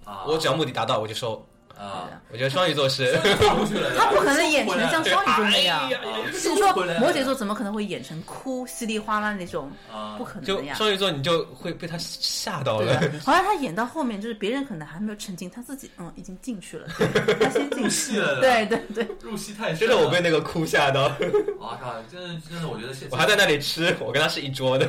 Speaker 2: 啊，
Speaker 3: 我只要目的达到，我就收。
Speaker 2: 啊，
Speaker 3: 我觉得双鱼座是，
Speaker 2: 跨过去了，
Speaker 4: 他不可能演成像
Speaker 2: 这
Speaker 4: 双鱼座那样。
Speaker 2: 样
Speaker 4: 是说摩羯座怎么可能会演成哭稀里哗啦那种？
Speaker 2: 啊，
Speaker 4: 不可 能
Speaker 3: 就
Speaker 4: 的呀。
Speaker 3: 双鱼座你就会被他吓到
Speaker 4: 对
Speaker 3: 了。
Speaker 4: 啊，好像他演到后面，就是别人可能还没有沉浸，他自己嗯已经进去了，对他先进
Speaker 2: 入
Speaker 4: 去。
Speaker 2: 戏了，
Speaker 4: 对，对对，
Speaker 2: 入戏太深
Speaker 3: 真
Speaker 2: 了。啊
Speaker 3: 的，我被那个哭吓到，
Speaker 2: 我靠，真的真的，我觉得现
Speaker 3: 我还在那里吃，我跟他是一桌的。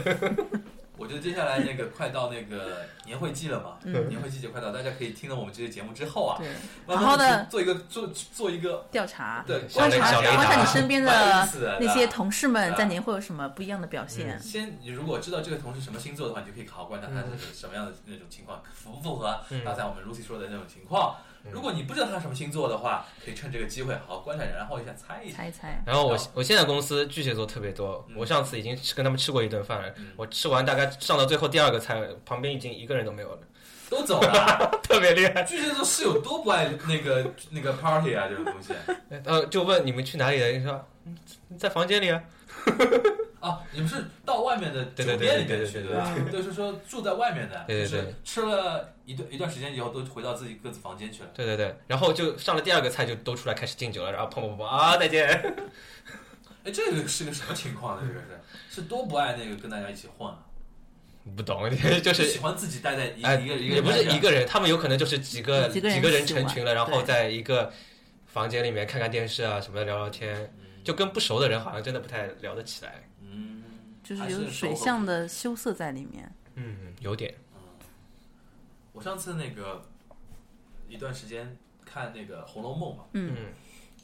Speaker 2: 我觉得接下来那个快到那个年会季了嘛，
Speaker 4: 嗯
Speaker 2: 年会季就快到，大家可以听了我们这些节目之后啊，
Speaker 4: 对，
Speaker 2: 慢
Speaker 4: 好
Speaker 2: 慢
Speaker 4: 好地
Speaker 2: 地做一个做做一个
Speaker 4: 调查。
Speaker 2: 对
Speaker 3: 小
Speaker 4: 观
Speaker 3: 雷
Speaker 4: 察
Speaker 3: 小雷
Speaker 4: 观察
Speaker 3: 达
Speaker 4: 你身边
Speaker 2: 不好
Speaker 4: 的
Speaker 2: 意思啊
Speaker 4: 那些同事们
Speaker 2: 啊
Speaker 4: 在年会有什么不一样的表现？
Speaker 2: 先，你如果知道这个同事什么星座的话，你就可以好好观察他是什么样的那种情况，符不符合
Speaker 3: 嗯
Speaker 2: 刚才我们 Lucy 说的那种情况。如果你不知道他什么星座的话，可以趁这个机会好好观察，然后一下猜一下。
Speaker 4: 猜一猜，
Speaker 3: 然后我我现在公司巨蟹座特别多，
Speaker 2: 嗯
Speaker 3: 我上次已经吃跟他们吃过一顿饭了
Speaker 2: 嗯，
Speaker 3: 我吃完大概上到最后第二个菜，旁边已经一个人都没有了，
Speaker 2: 都走了，
Speaker 3: 特别厉害。
Speaker 2: 巨蟹座是有多不爱那个那个 party 啊，这种 东西
Speaker 3: 呃，就问你们去哪里了？你说嗯在房间里啊。
Speaker 2: 啊。你们是到外面的酒
Speaker 3: 对对对
Speaker 2: 店里
Speaker 3: 对
Speaker 2: 面
Speaker 3: 对
Speaker 2: 去
Speaker 3: 对
Speaker 2: 的，就是说住在外面的，
Speaker 3: 对对
Speaker 2: 就
Speaker 3: 对
Speaker 2: 是吃了一段一段时间以后，都回到自己各自房间去了。
Speaker 3: 对对对，然后就上了第二个菜就都出来开始敬酒了，然后砰砰砰砰啊再见。
Speaker 2: 哎，这个是个什么情况呢？这个是是多不爱那个跟大家一起混啊？
Speaker 3: 不懂， 就
Speaker 2: 就是喜欢自己待在一
Speaker 3: 哎，
Speaker 2: 一个一个
Speaker 3: 也不是
Speaker 2: 人待着
Speaker 3: 一个人，他们有可能就是几个
Speaker 4: 几
Speaker 3: 几
Speaker 4: 个人
Speaker 3: 人
Speaker 4: 一起
Speaker 3: 成群了，
Speaker 4: 玩
Speaker 3: 然后
Speaker 4: 对
Speaker 3: 在一个房间里面看看电视啊什么的，聊聊天，就跟不熟的人好像真的不太聊得起来。
Speaker 2: 嗯，
Speaker 4: 就是
Speaker 2: 还
Speaker 4: 有水象的羞涩在里面。
Speaker 3: 嗯，有点。
Speaker 2: 我上次那个一段时间看那个《红楼梦》嘛，
Speaker 4: 嗯
Speaker 3: 嗯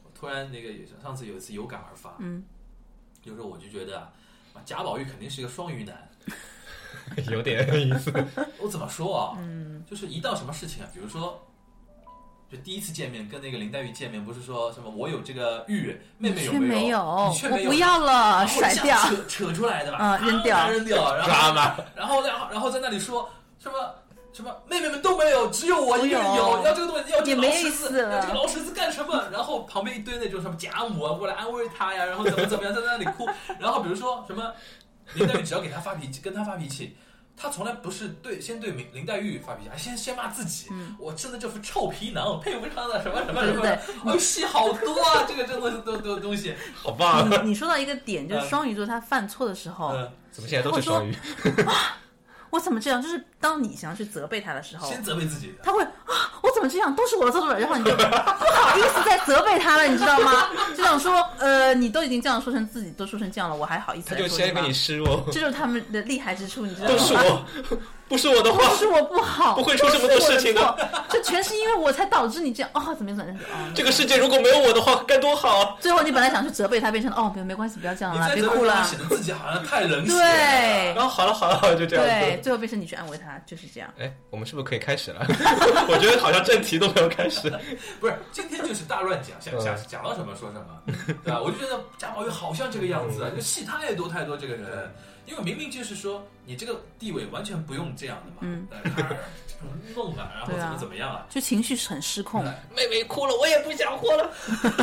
Speaker 2: 我突然那个也是上次有一次有感而发，
Speaker 4: 嗯，
Speaker 2: 就是我就觉得啊，贾宝玉肯定是一个双鱼男。
Speaker 3: 有点意思。
Speaker 2: 我怎么说啊？嗯，就是一到什么事情啊，比如说。就第一次见面，跟那个林黛玉见面，不是说什么我有这个玉，妹妹有
Speaker 4: 却
Speaker 2: 没
Speaker 4: 没
Speaker 2: 有？
Speaker 4: 有，
Speaker 2: 你却
Speaker 4: 我
Speaker 2: 没有
Speaker 4: 不要了，
Speaker 2: 然后
Speaker 4: 甩
Speaker 2: 一下
Speaker 4: 掉。
Speaker 2: 扯扯出来的吧，
Speaker 4: 嗯扔掉
Speaker 2: 啊扔掉，然后
Speaker 3: 抓嘛，
Speaker 2: 然后然后然后在那里说什么什么妹妹们都没有，只有我一个人有，
Speaker 4: 有
Speaker 2: 要这个东西要这
Speaker 4: 也
Speaker 2: 个
Speaker 4: 没
Speaker 2: 老石
Speaker 4: 意
Speaker 2: 子
Speaker 4: 思了
Speaker 2: 要这个老石子干什么？然后旁边一堆那种什么贾母啊过来安慰他呀，然后怎么怎么样在那里哭，然后比如说什么林黛玉只要给他发脾气，跟他发脾气。他从来不是对先对林林黛玉发脾气，还先先骂自己。我真的这副臭皮囊，我配不上的什么什么什么。
Speaker 4: 嗯对对
Speaker 2: 哦，戏好多啊，这个这个东东东西。
Speaker 3: 好棒！啊
Speaker 4: 你你说到一个点，就是
Speaker 2: 嗯
Speaker 4: 双鱼座他犯错的时候，
Speaker 2: 嗯，
Speaker 3: 怎么现在都是双鱼？
Speaker 4: 我怎么这样？就是当你想要去责备他的时候，
Speaker 2: 先责备自己。
Speaker 4: 他会 啊，我怎么这样？都是我的错，然后你就 不好意思再责备他了，你知道吗？就想说，呃，你都已经这样说成自己都说成这样了，我还好意思
Speaker 3: 他
Speaker 4: 来
Speaker 3: 就
Speaker 4: 说
Speaker 3: 先
Speaker 4: 吗
Speaker 3: 给你示弱，
Speaker 4: 这就是他们的厉害之处，你知 道
Speaker 3: 都是
Speaker 4: 吗？
Speaker 3: 我，不是我的话
Speaker 4: 都，是我不好，
Speaker 3: 不会出这么多事情的
Speaker 4: 都是我的错，这全是因为我才导致你这样哦，怎么样怎么样？哦，
Speaker 3: 这个世界如果没有我的话，该多好啊！
Speaker 4: 最后你本来想去责备他，变成了哦，没没关系，不要这样
Speaker 2: 你
Speaker 4: 了，
Speaker 2: 再
Speaker 4: 别
Speaker 2: 责备
Speaker 4: 哭
Speaker 2: 他，
Speaker 4: 了。
Speaker 2: 显得自己好像太冷血了。
Speaker 4: 对
Speaker 3: 然后好了好了好了，就这样
Speaker 4: 对，
Speaker 3: 子。
Speaker 4: 最后变成你去安慰他，就是这样。
Speaker 3: 哎，我们是不是可以开始了？ 我觉得好像正题都没有开始。
Speaker 2: 不是，今天就是大乱讲，想想讲到什么说什么， 对吧？我就觉得贾宝玉好像这个样子啊，这个戏太多太多，这个人，因为明明就是说你这个地位完全不用这样的嘛，
Speaker 4: 嗯
Speaker 2: 对吧，弄啊，然后
Speaker 4: 对
Speaker 2: 怎
Speaker 4: 啊
Speaker 2: 么怎么样啊，
Speaker 4: 就情绪很失控，
Speaker 3: 妹妹哭了，我也不想活了。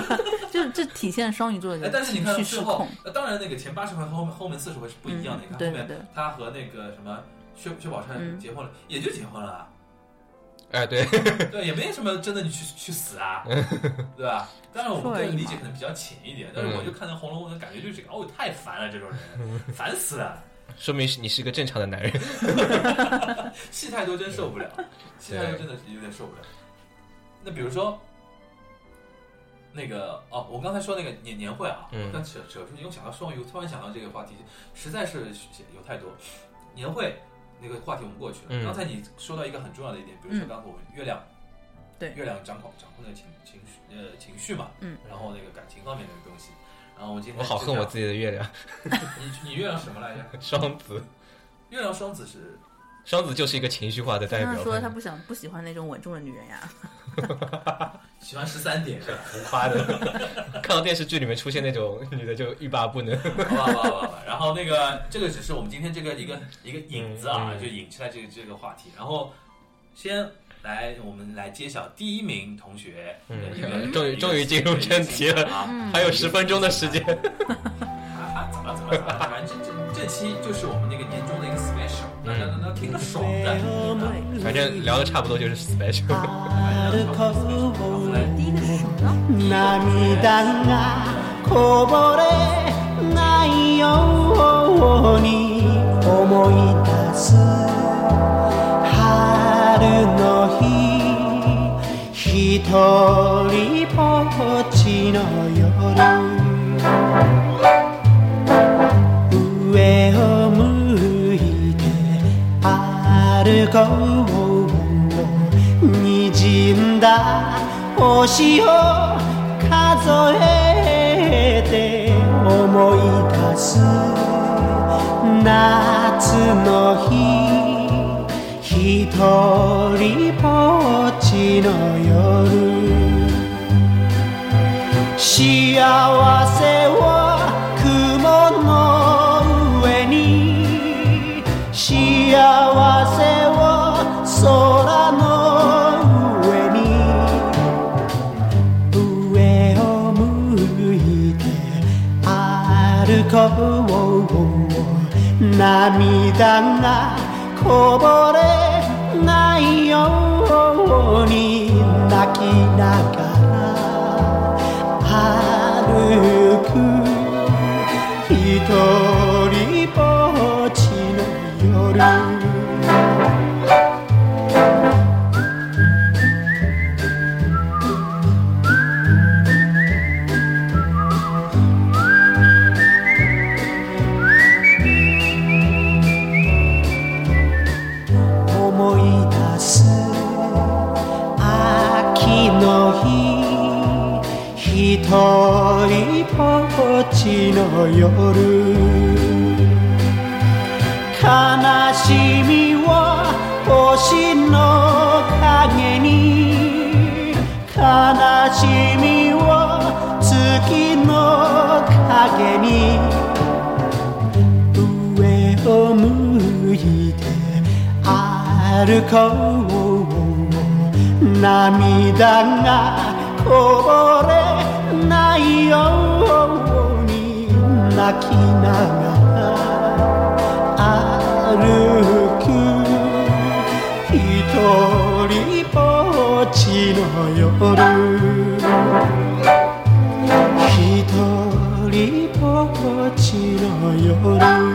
Speaker 4: 就这体现双鱼座
Speaker 2: 哎
Speaker 4: 的，
Speaker 2: 但是你
Speaker 4: 情
Speaker 2: 看
Speaker 4: 绪
Speaker 2: 最
Speaker 4: 啊失
Speaker 2: 后
Speaker 4: 控。，
Speaker 2: 呃当然那个前八十回和后面后面四十回是不一样的，
Speaker 4: 嗯
Speaker 2: 你看
Speaker 4: 对
Speaker 2: 后面
Speaker 4: 对
Speaker 2: 他和那个什么薛薛宝钗
Speaker 4: 嗯
Speaker 2: 结婚了，也就结婚了啊，
Speaker 3: 哎，对，
Speaker 2: 对，也没什么真的你去去死啊，对吧？但是我们对理解可能比较浅一点，但是我就看到《红楼梦》的感觉就是，哦，太烦了，这种人，烦死了，
Speaker 3: 说明是你是个正常的男 人。
Speaker 2: 戏太多真受 不了，戏太多真的是有点受不了。那比如说，那个哦，我刚才说那个年年会啊，
Speaker 3: 嗯
Speaker 2: 但扯扯出去，又想到双鱼，突然想到这个话题，实在是有太多年会那个话题我们过去了。
Speaker 3: 嗯
Speaker 2: 刚才你说到一个很重要的一点，比如说刚才我们月亮，
Speaker 4: 对
Speaker 2: 月亮掌控掌控的情情绪呃情绪嘛，
Speaker 4: 嗯，
Speaker 2: 然后那个感情方面的东西，然后我今天
Speaker 3: 我好恨我自己的月亮，
Speaker 2: 己，你你月亮什么来着？
Speaker 3: 双子，
Speaker 2: 月亮双子是
Speaker 3: 双子就是一个情绪化的代
Speaker 4: 他
Speaker 3: 表。
Speaker 4: 说他不想不喜欢那种稳重的女人呀，
Speaker 2: 喜欢十三点，
Speaker 3: 浮夸 的，看到电视剧里面出现那种女的就欲罢不能。
Speaker 2: 好吧，好吧，好吧。然后那个，这个只是我们今天这个一个一个引子啊，
Speaker 3: 嗯嗯
Speaker 2: 就引出来这个这个话题。然后先来，我们来揭晓第一名同学的一个。
Speaker 3: 嗯终于终于进入正题了
Speaker 2: 啊！
Speaker 4: 嗯
Speaker 3: 还有10分钟的时间
Speaker 2: 啊。啊怎么怎么怎么？反正这这这期就是我们那个年终的一个 special，大家能听得爽的。
Speaker 3: 哦
Speaker 2: 啊
Speaker 4: 对。
Speaker 3: 反正聊的差不多就是 special，
Speaker 4: 第一个是什么
Speaker 3: 嗯
Speaker 4: 呢？
Speaker 5: 涙がこぼれないように思い出す春の日一人ぼっちの夜上を向いて顔も滲んだ星を数えて思い出す夏の日一人ぼっちの夜幸せは雲の上に幸せは空の上に上を向いて歩こう涙がこぼれないように泣きながら歩く一人ぼっちの夜思い出す秋の日一人ぼっちの夜悲しみは星の影に悲しみは月の影に上を向いて歩こう涙がこぼれないように泣きながら歩く一人ぼっちの夜一人ぼっちの夜